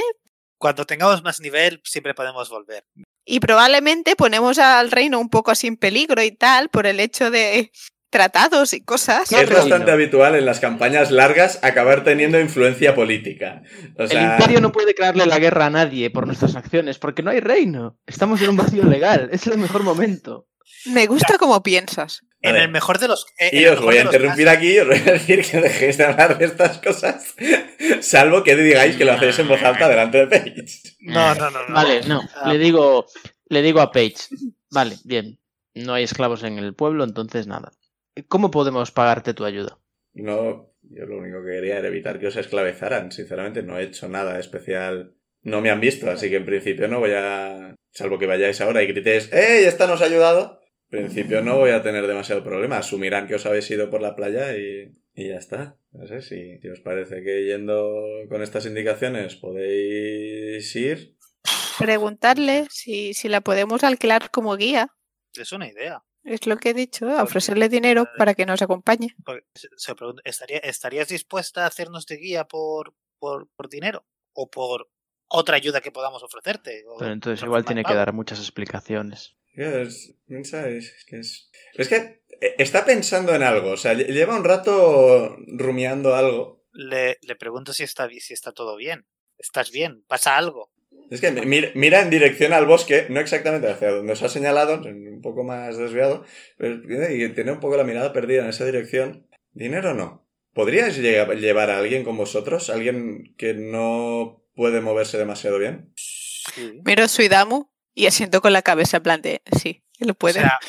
Cuando tengamos más nivel, siempre podemos volver.
y probablemente ponemos al reino un poco así en peligro y tal por el hecho de tratados y cosas.
¿Qué
Es
otro
bastante
reino?
habitual en las campañas largas acabar teniendo influencia política. O sea,
El imperio no puede declararle la guerra a nadie por nuestras acciones, porque no hay reino. Estamos en un vacío legal. Es el mejor momento.
Me gusta como piensas.
En
Vale.
el mejor de los. eh, en
y
el
os
mejor
voy a
de los
interrumpir
casos-
aquí y os voy a decir que dejéis de hablar de estas cosas, salvo que digáis que lo hacéis en voz alta delante de Paige.
No, no, no. no.
Vale, no.
Ah.
Le digo, le digo a Paige. Vale, bien. No hay esclavos en el pueblo, entonces nada. ¿Cómo podemos pagarte tu ayuda?
No, yo lo único que quería era evitar que os esclavezaran. Sinceramente, no he hecho nada especial. No me han visto, así que en principio no voy a. Salvo que vayáis ahora y gritéis, ¡Ey, esta nos ha ayudado! En principio no voy a tener demasiado problema. Asumirán que os habéis ido por la playa y, y ya está. No sé si, si os parece que yendo con estas indicaciones podéis ir.
Preguntarle si, si la podemos alquilar como guía.
Es una idea.
Es lo que he dicho, ofrecerle dinero para que nos acompañe.
Porque se- se pregunta, ¿estaría- ¿Estarías dispuesta a hacernos de guía por, por, por dinero? ¿O por otra ayuda que podamos ofrecerte? O-
Pero entonces
por
igual
forma
tiene
de
que
pago.
dar muchas explicaciones.
Ya, es- ¿Sabes? Es que es... es que eh, está pensando en algo. O sea, lle- lleva un rato rumiando algo.
Le, le pregunto si está, bi- si está todo bien. ¿Estás bien? ¿Pasa algo?
Es que mi- mira, mira en dirección al bosque, no exactamente hacia donde os ha señalado, un poco más desviado, pero tiene- y tiene un poco la mirada perdida en esa dirección. Dinero no. ¿Podríais lle- llevar a alguien con vosotros? ¿Alguien que no puede moverse demasiado bien?
Sí.
Miro a Suidamu y asiento con la cabeza en plan de, sí, lo puede.
O sea,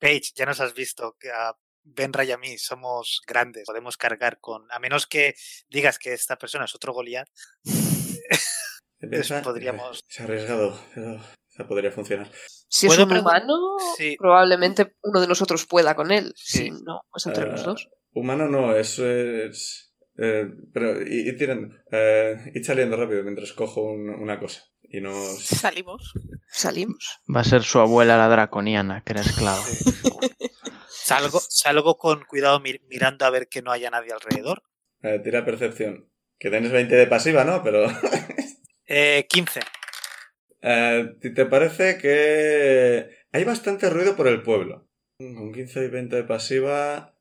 Paige, ya nos has visto. que a Benra y a mí somos grandes. Podemos cargar con. A menos que digas que esta persona es otro Goliat.
Piensa-
podríamos-
Es arriesgado, pero quizá podría funcionar.
Si es
¿Puedo
un
pregun-
humano,
Sí.
probablemente uno de nosotros pueda con él.
Sí.
Si no, pues entre los
Ah.
dos.
Humano no, eso es... eh, pero y, y tiran- eh, id saliendo rápido mientras cojo un- una cosa y no...
Salimos.
Salimos.
Va a ser su abuela la draconiana, que era esclava.
Salgo,
Pues
salgo con cuidado mi- mirando a ver que no haya nadie alrededor.
Eh, tira percepción. Que tienes 20 de pasiva, ¿no? Pero...
Eh, 15.
Eh, ¿Te parece que hay bastante ruido por el pueblo? Con 15 y 20 de pasiva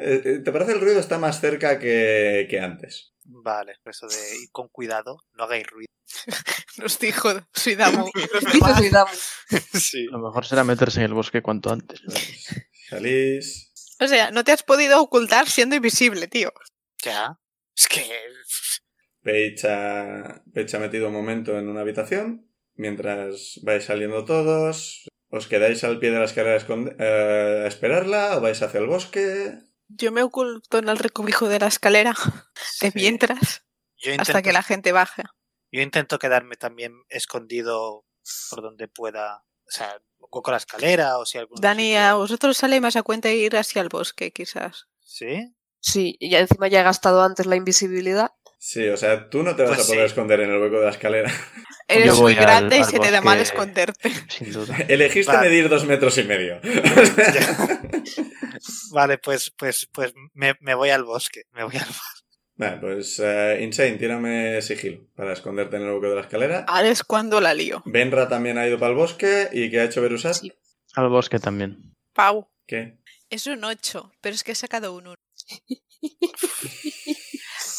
Eh, eh, ¿Te parece el ruido está más cerca que, que antes?
Vale, eso de ir con cuidado, no hagáis ruido.
Nos dijo Suidamu.
Dice Suidamu.
Sí.
A lo mejor será meterse en el bosque cuanto antes.
Salís.
O sea, no te has podido ocultar siendo invisible, tío.
Ya. Es que.
Paige ha, Paige ha metido un momento en una habitación. Mientras vais saliendo todos, ¿os quedáis al pie de la escalera a esconde- eh, a esperarla o vais hacia el bosque?
Yo me oculto en el recobijo de la escalera de
sí.
mientras
Yo
hasta que
intento,
la gente baje.
yo intento quedarme también escondido por donde pueda. O sea, o con la escalera o si algún.
Dani,
sitio-
a vosotros sale más a cuenta ir hacia el bosque, quizás.
Sí.
Sí, y ya encima ya he gastado antes la invisibilidad.
Sí, o sea, tú no te vas
Pues
a poder
sí.
esconder en el hueco de la escalera.
Eres
voy
muy
al-
grande y
al
se te da mal
bosque.
esconderte.
Sin duda.
Elegiste
Vale.
medir dos metros y medio.
Vale, pues, pues, pues me, me voy al bosque. Me voy al bosque.
Vale, pues eh, Insane, tírame sigilo para esconderte en el hueco de la escalera.
Ah.
Ahora es cuando la lío.
Benra también ha ido para el bosque y ¿qué ha hecho Berusat?
Sí.
Al bosque también.
Pau.
¿Qué?
Es un 8, pero es que he sacado un 1.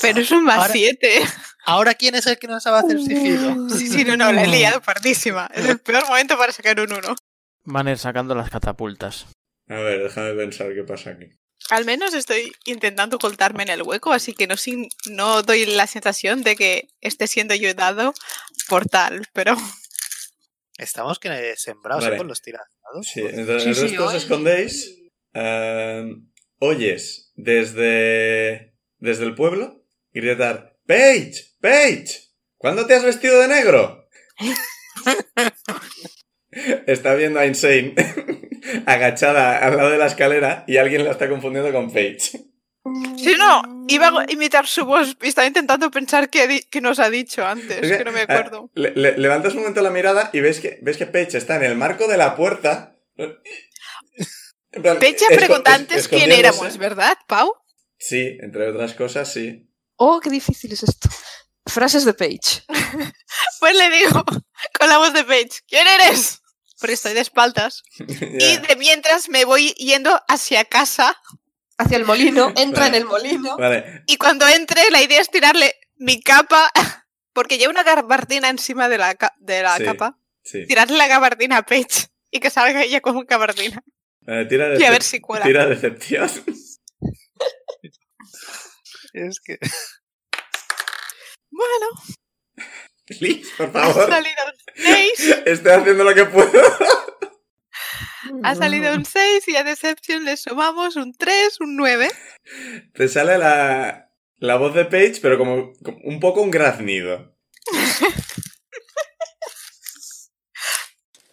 Pero es un más
Ahora-
7.
Ahora, ¿quién es el que nos va a hacer sigilo?
Sí, sí, no, no, la he liado pardísima. Es el peor momento para sacar un 1.
Van a ir sacando las catapultas.
A ver, déjame pensar qué pasa aquí.
Al menos estoy intentando ocultarme en el hueco, así que no, sin- no doy la sensación de que esté siendo ayudado por tal, pero
Estamos que sembrados
Vale.
¿eh? con los tirados.
Sí, entonces
Sí, sí,
el resto os
oye.
escondéis. Eh, oyes desde, desde el pueblo gritar ¡Paige! ¡Paige! ¿Cuándo te has vestido de negro? está viendo a Insane agachada al lado de la escalera y alguien la está confundiendo con Paige.
Sí, no, iba a imitar su voz y estaba intentando pensar qué, ha di- qué nos ha dicho antes,
Es que,
que no me
ah,
acuerdo.
Le- le- levantas un momento la mirada y ves que, ves que Paige está en el marco de la puerta. En plan,
Peche
esco-
preguntó
es-
antes quién
escondiéndose.
éramos, ¿verdad, Pau?
Sí, entre otras cosas, sí.
Oh, qué difícil es esto. Frases de Page.
Pues le digo con la voz de Paige, ¿quién eres? Porque estoy de espaldas. Y
Ya.
de mientras me voy yendo hacia casa
Hacia el molino, entra
Vale.
en el molino.
Vale,
y cuando entre la idea es tirarle mi capa, porque llevo una gabardina encima de la, ca- de la
Sí.
capa,
sí.
tirarle la gabardina a Paige y que salga ella con gabardina
Eh, tira,
y a
decep-
ver si cuela.
tira decepción.
Es que.
Bueno,
Liz, por
ha
favor.
salido un 6,
Estoy haciendo lo que puedo.
ha salido un 6 y a Deception le sumamos un 3, un 9.
Te sale la, la voz de Paige, pero como, como un poco un graznido.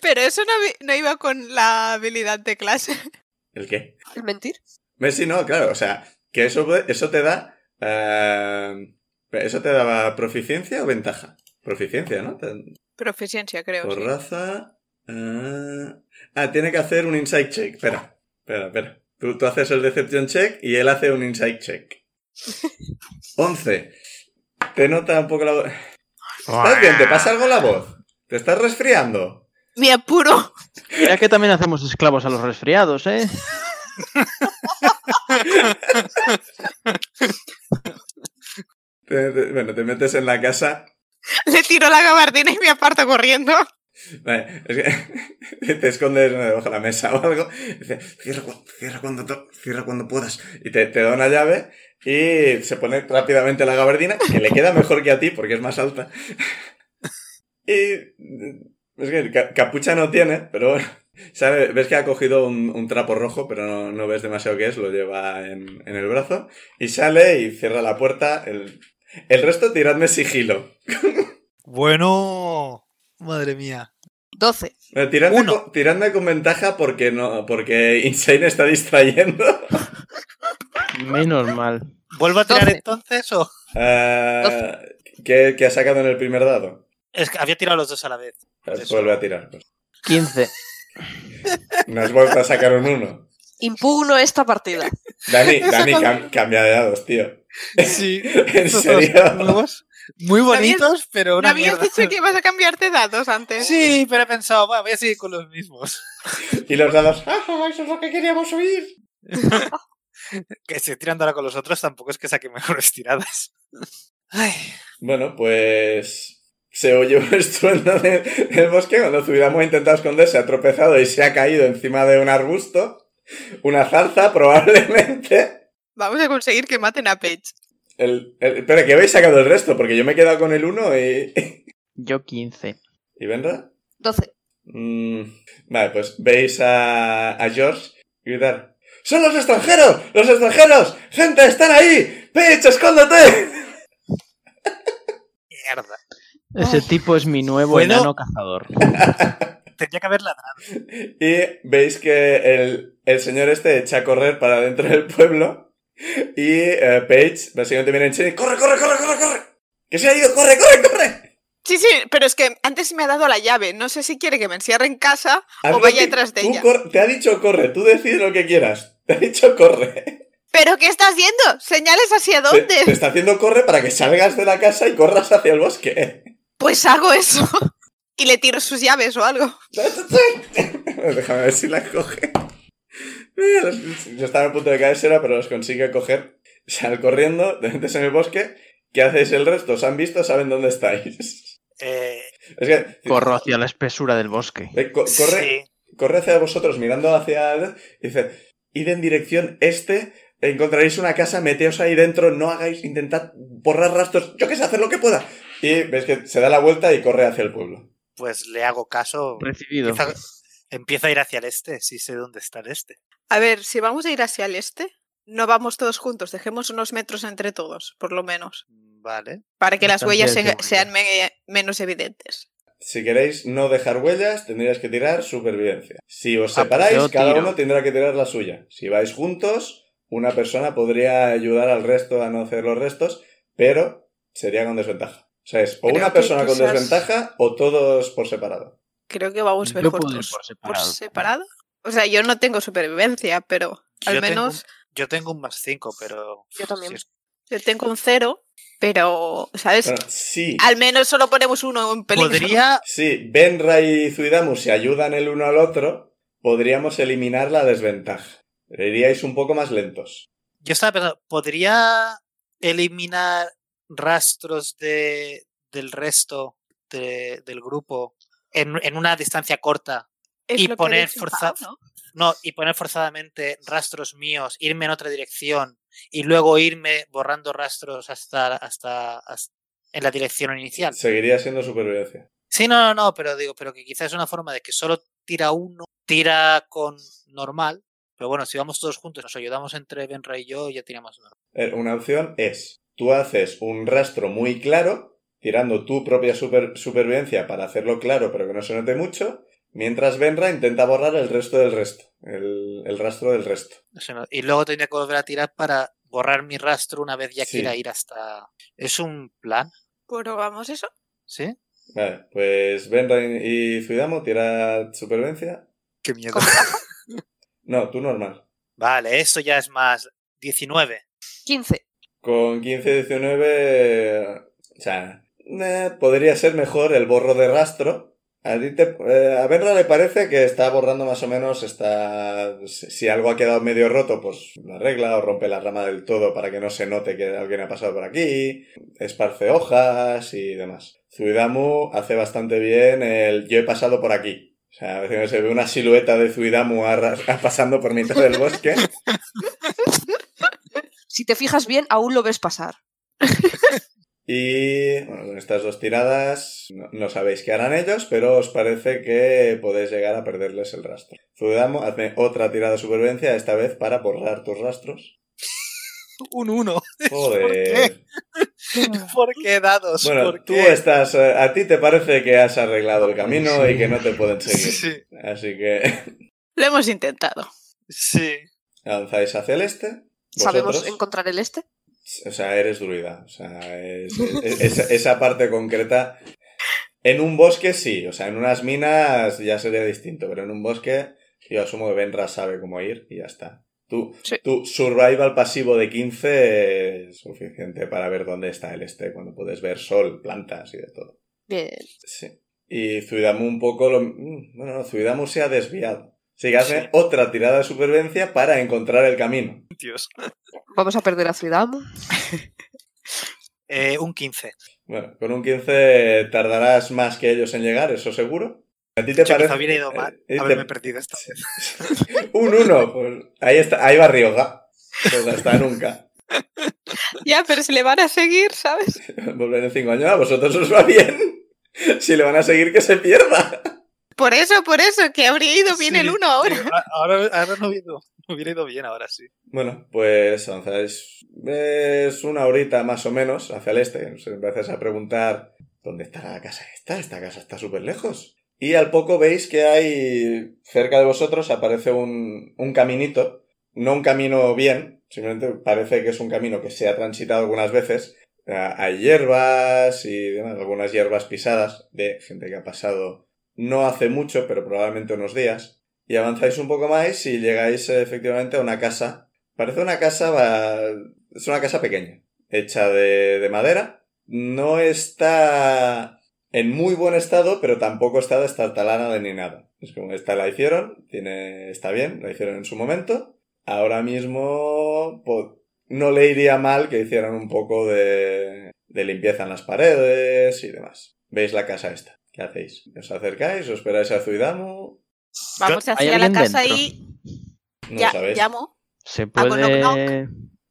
Pero eso no, vi- no iba con la habilidad de clase.
¿El qué?
¿El mentir?
Messi no, claro, o sea, que eso, eso te da... eh, ¿Eso te daba proficiencia o ventaja? Proficiencia, ¿no? Te-
Proficiencia, creo.
Por
sí.
raza... eh, Ah, tiene que hacer un insight check. Espera, espera, espera. Tú, tú haces el deception check y él hace un insight check. 11. Te nota un poco la voz... ¿Estás bien? ¿Te pasa algo en la voz? ¿Te estás resfriando?
Me apuro.
Mira que también hacemos esclavos a los resfriados, ¿eh?
Te- te- bueno, te metes en la casa.
Le tiro la gabardina y me aparto corriendo.
Vale, es que te escondes debajo de la mesa o algo. y Dice, cierra, cu- cierra cuando, to- cierra cuando puedas. Y te, te da una llave y se pone rápidamente la gabardina, que le queda mejor que a ti porque es más alta. Y es que ca- capucha no tiene, pero bueno. ¿sabe? Ves que ha cogido un, un trapo rojo, pero no, no ves demasiado qué es, lo lleva en, en el brazo. Y sale y cierra la puerta. El, el resto tiradme sigilo.
Bueno. Madre mía.
12.
Bueno, tiradme,
Uno.
Con, tiradme con ventaja porque no porque Insane está distrayendo.
Menos mal.
¿Vuelvo a tirar
Doce.
entonces o.?
Ah, ¿qué, qué ha sacado en el primer dado?
Es que había tirado los dos a la vez.
Pues
Eso.
vuelve a tirar. pues.
15.
Nos vuelve a sacar un uno.
Impugno esta partida.
Dani, Dani cam- cambia de dados, tío.
Sí.
¿En
Estos
serio?
dos nuevos, Muy
habías-
bonitos, pero
¿No
una
habías
mierda.
dicho que ibas a cambiarte dados antes?
Sí, pero he pensado, bueno, voy a seguir con los mismos.
Y los dados. ¡Ah, eso es lo que queríamos oír!
que estoy tirando ahora con los otros tampoco es que saque mejores tiradas. Ay,
Bueno, pues. Se oye un estruendo en el bosque cuando Zubidamu ha intentado esconderse, ha tropezado y se ha caído encima de un arbusto. Una zarza, probablemente.
Vamos a conseguir que maten a Paige.
El, el- espera, que habéis sacado el resto, porque yo me he quedado con el uno y.
Yo 15.
¿Y Benra?
12.
Mm, vale, pues veis a, a George gritar: ¡Son los extranjeros! ¡Los extranjeros! ¡Gente, están ahí! ¡Pitch, escóndete!
mierda.
Ese tipo es mi nuevo
¿Puedo?
enano cazador.
Tendría que haber ladrado.
Y veis que el, el señor este echa a correr para dentro del pueblo. Y eh, Paige, básicamente viene en serie: ¡Corre, corre, corre, corre, corre! ¡Que se ha ido! ¡Corre, corre, corre!
Sí, sí, pero es que antes me ha dado la llave. No sé si quiere que me encierre en casa
Haz
o
lo
vaya
que-
detrás de
tú
ella.
cor- te ha dicho corre, tú decides lo que quieras. Te ha dicho corre.
¿Pero qué está haciendo? ¿Señales hacia
Te, te
dónde?
está haciendo corre para que salgas de la casa y corras hacia el bosque.
Pues hago eso. Y le tiro sus llaves o algo.
Déjame ver si la coge. Mira, los- Yo estaba a punto de caérsela, pero los consigue coger. Sal corriendo, te metes en el bosque. ¿Qué hacéis el resto? ¿Os han visto? ¿Saben dónde estáis?
Eh,
Es que...
Corro hacia la espesura del bosque.
eh, co- corre,
sí.
corre hacia vosotros mirando hacia... Y dice, id en dirección este, encontraréis una casa, meteos ahí dentro, no hagáis, intentad borrar rastros, yo que sé, hacer lo que pueda. Y ves que se da la vuelta y corre hacia el pueblo.
Pues le hago caso.
Recibido.
Empieza, empieza a ir hacia el este, si sé dónde está el este.
A ver, si vamos a ir hacia el este, no vamos todos juntos. Dejemos unos metros entre todos, por lo menos.
Vale.
Para que las
Distancia
huellas
de
se-
seguridad.
sean me- menos evidentes.
Si queréis no dejar huellas, tendríais que tirar supervivencia. Si os
Ah, pues
separáis,
yo
cada
tiro.
uno tendrá que tirar la suya. Si vais juntos, una persona podría ayudar al resto a no hacer los restos, pero sería con desventaja. O sea, es o
Creo
una
que
persona con
quizás-
desventaja o todos por separado.
Creo que vamos
Yo
mejor
puedo ir
todos
por
por
separado.
separado. O sea, yo no tengo supervivencia, pero al
Yo tengo
menos
un- yo tengo un más 5, pero.
Yo también.
si es-
yo tengo un cero, pero, ¿sabes?
Bueno, sí.
Al menos solo ponemos uno en peligro.
Podría.
Si Benra y Zuidamu se ayudan el uno al otro, podríamos eliminar la desventaja. Iríais un poco más lentos.
Yo estaba pensando, ¿podría eliminar rastros de, del resto de- del grupo en, en una distancia corta?
Es
y
lo que
poner
dice
forza-
Pau, ¿no?
No, y poner forzadamente rastros míos, irme en otra dirección y luego irme borrando rastros hasta, hasta, hasta- en la dirección inicial.
Seguiría siendo supervivencia.
Sí, no, no, no, pero digo, pero que quizás es una forma de que solo tira uno, tira con normal. Pero bueno, si vamos todos juntos, nos ayudamos entre Benra y yo, ya tiramos normal.
Eh, Una opción es, tú haces un rastro muy claro, tirando tu propia super- supervivencia para hacerlo claro, pero que no se note mucho, mientras Benra intenta borrar el resto del resto, el, el rastro del resto.
O sea, no- Y luego tendría que volver a tirar para borrar mi rastro una vez ya
Sí.
quiera ir hasta. Es un plan,
¿Probamos eso?
¿sí?
Vale, pues Benra y y Zuidamo tira supervivencia.
Qué miedo.
¿Con ventaja?
No, tú normal.
Vale, esto ya es más 19.
15.
Con 15-19... O sea, eh, podría ser mejor el borro de rastro. A, ti te- eh, a Benra le parece que está borrando más o menos, está... Si si algo ha quedado medio roto, pues lo arregla o rompe la rama del todo para que no se note que alguien ha pasado por aquí, esparce hojas y demás. Zuidamu hace bastante bien el yo he pasado por aquí. O sea, a veces se ve una silueta de Zuidamu arra- pasando por mitad del bosque.
Si te fijas bien, aún lo ves pasar.
Y bueno, con estas dos tiradas no, no sabéis qué harán ellos, pero os parece que podéis llegar a perderles el rastro. Zudamo, hazme otra tirada de supervivencia, esta vez para borrar tus rastros.
Un 1.
Joder.
¿Por qué dados?
Bueno,
¿Por
tú
qué?
estás. eh, A ti te parece que has arreglado el camino y que no te pueden
Sí,
seguir.
sí,
Así que
Lo hemos intentado.
sí.
avanzáis hacia el este.
¿Sabemos
Vosotros-
encontrar el este?
O sea, eres druida. O sea, es- es- esa- esa parte concreta. En un bosque sí, o sea, en unas minas ya sería distinto, pero en un bosque yo asumo que Benra sabe cómo ir y ya está. Tú,
Sí.
tu survival pasivo de 15 es suficiente para ver dónde está el este, cuando puedes ver sol, plantas y de todo.
Bien.
Sí. Y Zuidamu un poco lo... mm, Bueno, no, Zuidamu se ha desviado. Así que hace
Sí.
otra tirada de supervivencia para encontrar el camino.
Dios.
Vamos a perder a Zuidamu.
Eh, un 15.
Bueno, con un 15 tardarás más que ellos en llegar, eso seguro. ¿A ti te
De hecho, quizá
parece?
hubiera ido mal
eh,
haberme
te-
perdido esta vez.
Un 1, pues ahí, está, ahí va Rioja. Pues hasta nunca.
Ya, pero si le van a seguir, ¿sabes?
Volver en 5 años, a vosotros os va bien. Si le van a seguir, que se pierda.
Por eso, por eso, que habría ido bien
Sí,
el uno ahora.
sí, a- ahora, ahora no, hubiera ido, hubiera ido bien, ahora sí.
Bueno, pues avanzáis. Es una horita más o menos hacia el este. Os empezáis a preguntar: ¿dónde está la casa esta? Esta casa está súper lejos. Y al poco veis que hay cerca de vosotros aparece un, un caminito. No un camino bien, simplemente parece que es un camino que se ha transitado algunas veces. Ah, Hay hierbas y demás, algunas hierbas pisadas de gente que ha pasado no hace mucho, pero probablemente unos días. Y avanzáis un poco más y llegáis eh, efectivamente a una casa. Parece una casa, ba- es una casa pequeña, hecha de, de madera. No está en muy buen estado, pero tampoco está destartalada ni nada. Es como esta la hicieron, tiene, está bien, la hicieron en su momento. Ahora mismo po- no le iría mal que hicieran un poco de, de limpieza en las paredes y demás. ¿Veis la casa esta? ¿Qué hacéis? ¿Os acercáis? ¿Os esperáis a Zuidamu?
Vamos
¿Hay
hacia la
alguien
casa
dentro?
y
No
ya,
lo sabéis.
llamo.
Se
Hago knock,
puede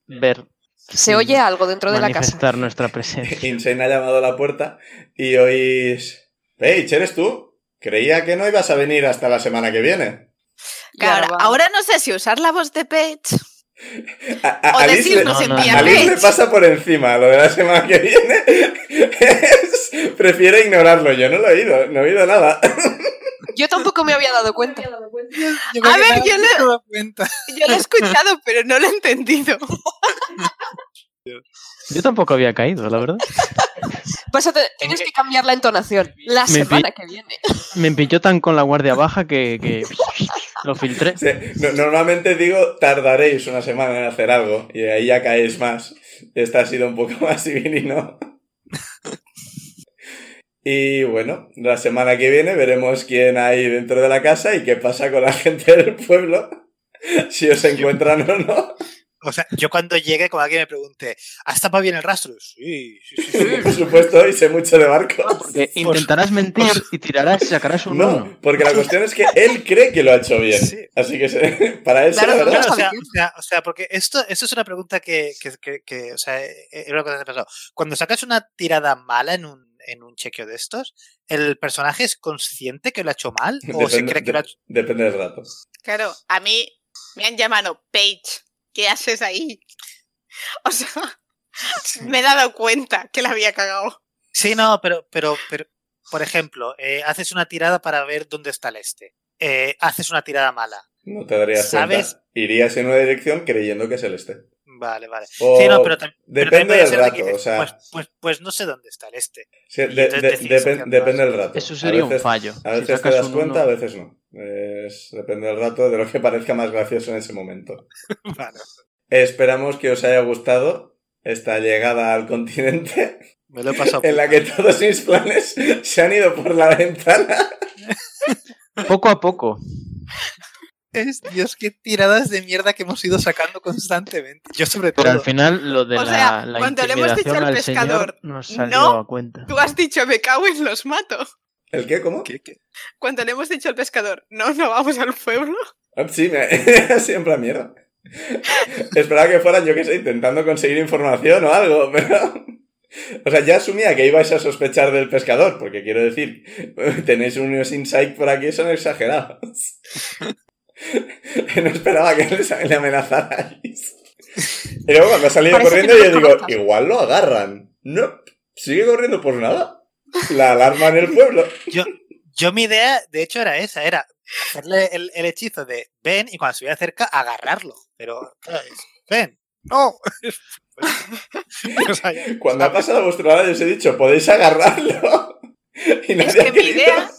ver.
Se oye algo dentro de la casa.
manifestar nuestra presencia.
Insane ha llamado a la puerta y oís... Paige, ¿eres tú? Creía que no ibas a venir hasta la semana que viene.
Y ahora
Claro,
va.
ahora no sé si usar la voz de Paige.
A, a-
O
Alice
decir,
le-
nos
No, no,
envía
no.
Alice
Paige.
le pasa por encima lo de la semana que viene. Es- Prefiere ignorarlo. Yo no lo he oído, no he oído nada.
Yo tampoco me había dado cuenta.
creo A que ver, nadie yo le- se
cuenta.
Yo lo he escuchado, pero no lo he entendido.
Yo tampoco había caído, la verdad.
Vas a tener- tienes que cambiar la entonación. La
Me
semana que viene.
Me pilló tan con la guardia baja que, que lo filtré.
Sí, no- normalmente digo tardaréis una semana en hacer algo y ahí ya caéis más. Esta ha sido un poco más civil y no. Y bueno, la semana que viene veremos quién hay dentro de la casa y qué pasa con la gente del pueblo. Si os encuentran o no.
O sea, yo cuando llegue, como alguien me pregunte, ¿has tapado bien el rastro? Sí, sí, sí. sí. Ah,
Por supuesto, y sé mucho de barcos.
Porque intentarás mentir y tirarás y sacarás un uno.
No, porque la cuestión es que él cree que lo ha hecho bien.
pues Sí.
Así que se- para él será
Claro,
verdad.
Claro, o, sea,
bien.
o, sea, o sea, porque esto, esto es una pregunta que, que, que- que, o sea, eh, eh, era una cosa que me ha pasado. Cuando sacas una tirada mala en un, en un chequeo de estos, ¿el personaje es consciente que lo ha hecho mal? ¿O se
Depende-
cree que lo ha
de-
hecho
Depende del rato.
Claro, a mí me han llamado Paige. ¿Qué haces ahí? O sea, me he dado cuenta que la había cagado.
Sí, no, pero, pero, pero por ejemplo, eh, haces una tirada para ver dónde está el este. Eh, haces una tirada mala.
No te darías
¿Sabes?
cuenta. Irías en una dirección creyendo que es el este.
Vale, vale.
O-
Sí, no, pero tam- pero también
depende
puede
del
ser de que
rato,
dices,
o sea,
Pues, pues, pues no sé dónde está el este.
sí,
y
de-
entonces
de-
decides
depen-
hacia
depende del rato.
Eso
a
sería un
veces,
fallo.
a
Si
veces te
sacas
das
un
cuenta,
uno-
a veces no. Es- depende del rato, de lo que parezca más gracioso en ese momento.
Vale,
Esperamos que os haya gustado esta llegada al continente
me lo he pasado.
en la que todos mis planes se han ido por la ventana.
Poco a poco.
Es Dios, qué tiradas de mierda que hemos ido sacando constantemente. Yo sobre todo.
Pero al final lo de
O
la,
sea,
la
cuando le hemos dicho al
intimidación al
pescador,
señor nos salió
"No",
a cuenta.
Tú has dicho, me cago en los mato.
¿El qué? ¿Cómo?
¿Qué- qué?
Cuando le hemos dicho al pescador, no, no vamos al pueblo.
Ah, Sí, me... siempre a mierda. Esperaba que fueran, yo qué sé, intentando conseguir información o algo, pero... O sea, ya asumía que ibais a sospechar del pescador, porque quiero decir, tenéis unos insights por aquí, son exagerados. No esperaba que les- le amenazarais. Y luego cuando salí
Parece
corriendo,
que no
yo
lo
digo,
conozcas.
igual lo agarran. No, sigue corriendo por nada. La alarma en el pueblo.
Yo, yo mi idea, de hecho, era esa, era hacerle el, el hechizo de ven y cuando estuviera cerca, agarrarlo. Pero, claro, es, ven, no. O sea, ya-
Cuando ha pasado vuestro lado, yo os he dicho, podéis agarrarlo. Y
Es
nadie ha
que mi
querido.
idea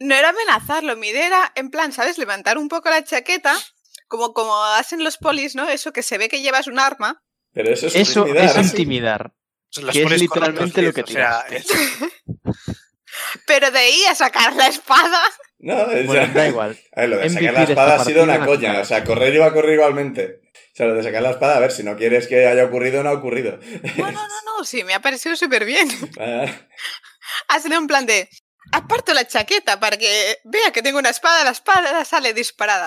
no era amenazarlo, mi idea era, en plan, ¿sabes? Levantar un poco la chaqueta, como, como hacen los polis, ¿no? Eso que se ve que llevas un arma.
Pero eso es
Eso
intimidar.
es intimidar.
son los
que es
polis
literalmente
corruptos,
lo que
o sea,
tiraste.
es-
Pero de ahí a sacar la espada,
No, es
Bueno, da igual.
A ver, lo de sacar
MVP
la
de
espada ha
esta
sido una
partida,
coña.
natural.
O sea, correr iba a correr igualmente. O sea, lo de sacar la espada, a ver, si no quieres que haya ocurrido, no ha ocurrido.
No, no, no, no, sí, me ha parecido súper bien.
Ah,
Ha sido en plan de. Aparto la chaqueta para que vea que tengo una espada, la espada sale disparada.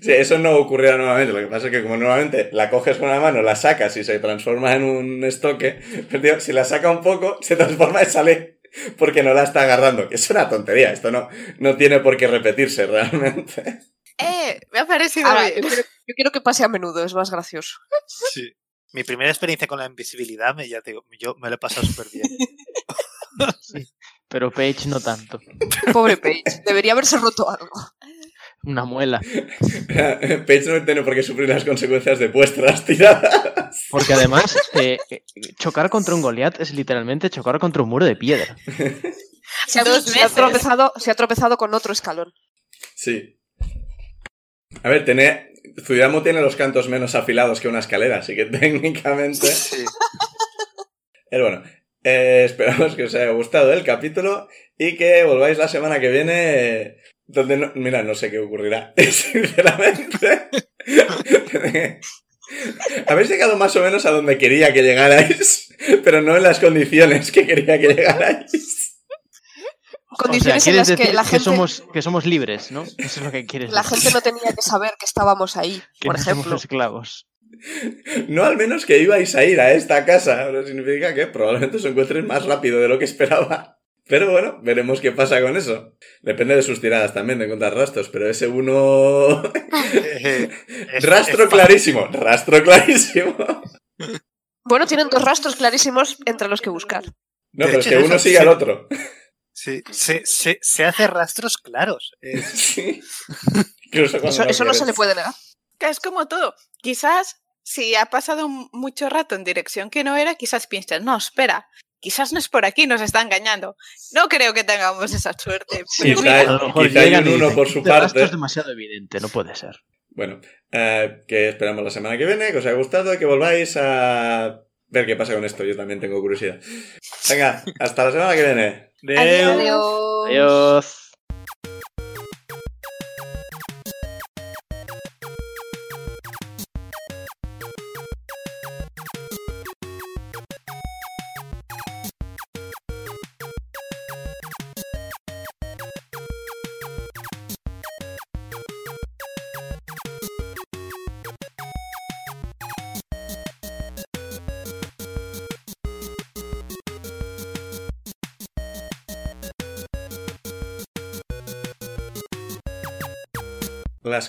sí, eso no ocurrirá nuevamente. Lo que pasa es que como nuevamente la coges con una mano, la sacas y se transforma en un estoque, pero tío, si la saca un poco, se transforma y sale porque no la está agarrando. Que Es una tontería, esto no, no tiene por qué repetirse realmente.
¡Eh! Me ha parecido
Ahora, yo,
bien.
quiero, yo quiero que pase a menudo, es más gracioso.
Sí. Mi primera experiencia con la invisibilidad, me, ya te digo, yo me lo he pasado súper bien.
Pero Paige no tanto.
Pobre Paige, debería haberse roto algo.
Una muela.
Paige no tiene por qué sufrir las consecuencias de vuestras tiradas.
Porque además, eh, eh, chocar contra un Goliat es literalmente chocar contra un muro de piedra.
Se ha,
Dos
se ha
veces.
tropezado, se ha tropezado con otro escalón.
Sí. A ver, tiene. Zuidamu tiene los cantos menos afilados que una escalera, así que técnicamente.
Sí.
Es bueno. Eh, esperamos que os haya gustado el capítulo y que volváis la semana que viene. eh, Donde no- mira, no sé qué ocurrirá, sinceramente. Habéis llegado más o menos a donde quería que llegarais, pero no en las condiciones que quería que llegarais.
Condiciones en
quieres
las que
decir
la gente,
somos, que somos libres, ¿no? Eso es lo que quieres
la
decir.
gente no tenía que saber que estábamos ahí,
Que
por
no
ejemplo.
somos esclavos.
No al menos que ibais a ir a esta casa. Pero significa que probablemente os encuentren más rápido de lo que esperaba. Pero bueno, veremos qué pasa con eso. Depende de sus tiradas también, de encontrar rastros. Pero ese uno...
Eh, es-
rastro
es
clarísimo. Rastro clarísimo.
Bueno, tienen dos rastros clarísimos entre los que buscar.
No,
De
pero es
hecho,
que
es
uno
así.
sigue al otro.
Sí, se, se- se hace rastros claros. Eh, Es-
Sí. Incluso cuando
Eso, eso no se le
quieres.
puede negar.
Que Es como todo. Quizás si ha pasado m- mucho rato en dirección que no era, quizás piensas, no, espera, quizás no es por aquí, nos está engañando. No creo que tengamos esa suerte.
Sí,
pero
está-
mira,
A lo mejor
quizá hay
llegan
un
y
uno
dicen,
por su
"Este gasto
parte".
es demasiado evidente, no puede ser.
Bueno, eh, que esperamos la semana que viene, que os haya gustado y que volváis a ver qué pasa con esto. Yo también tengo curiosidad. Venga, hasta la semana que viene.
Deu.
Adiós.
Las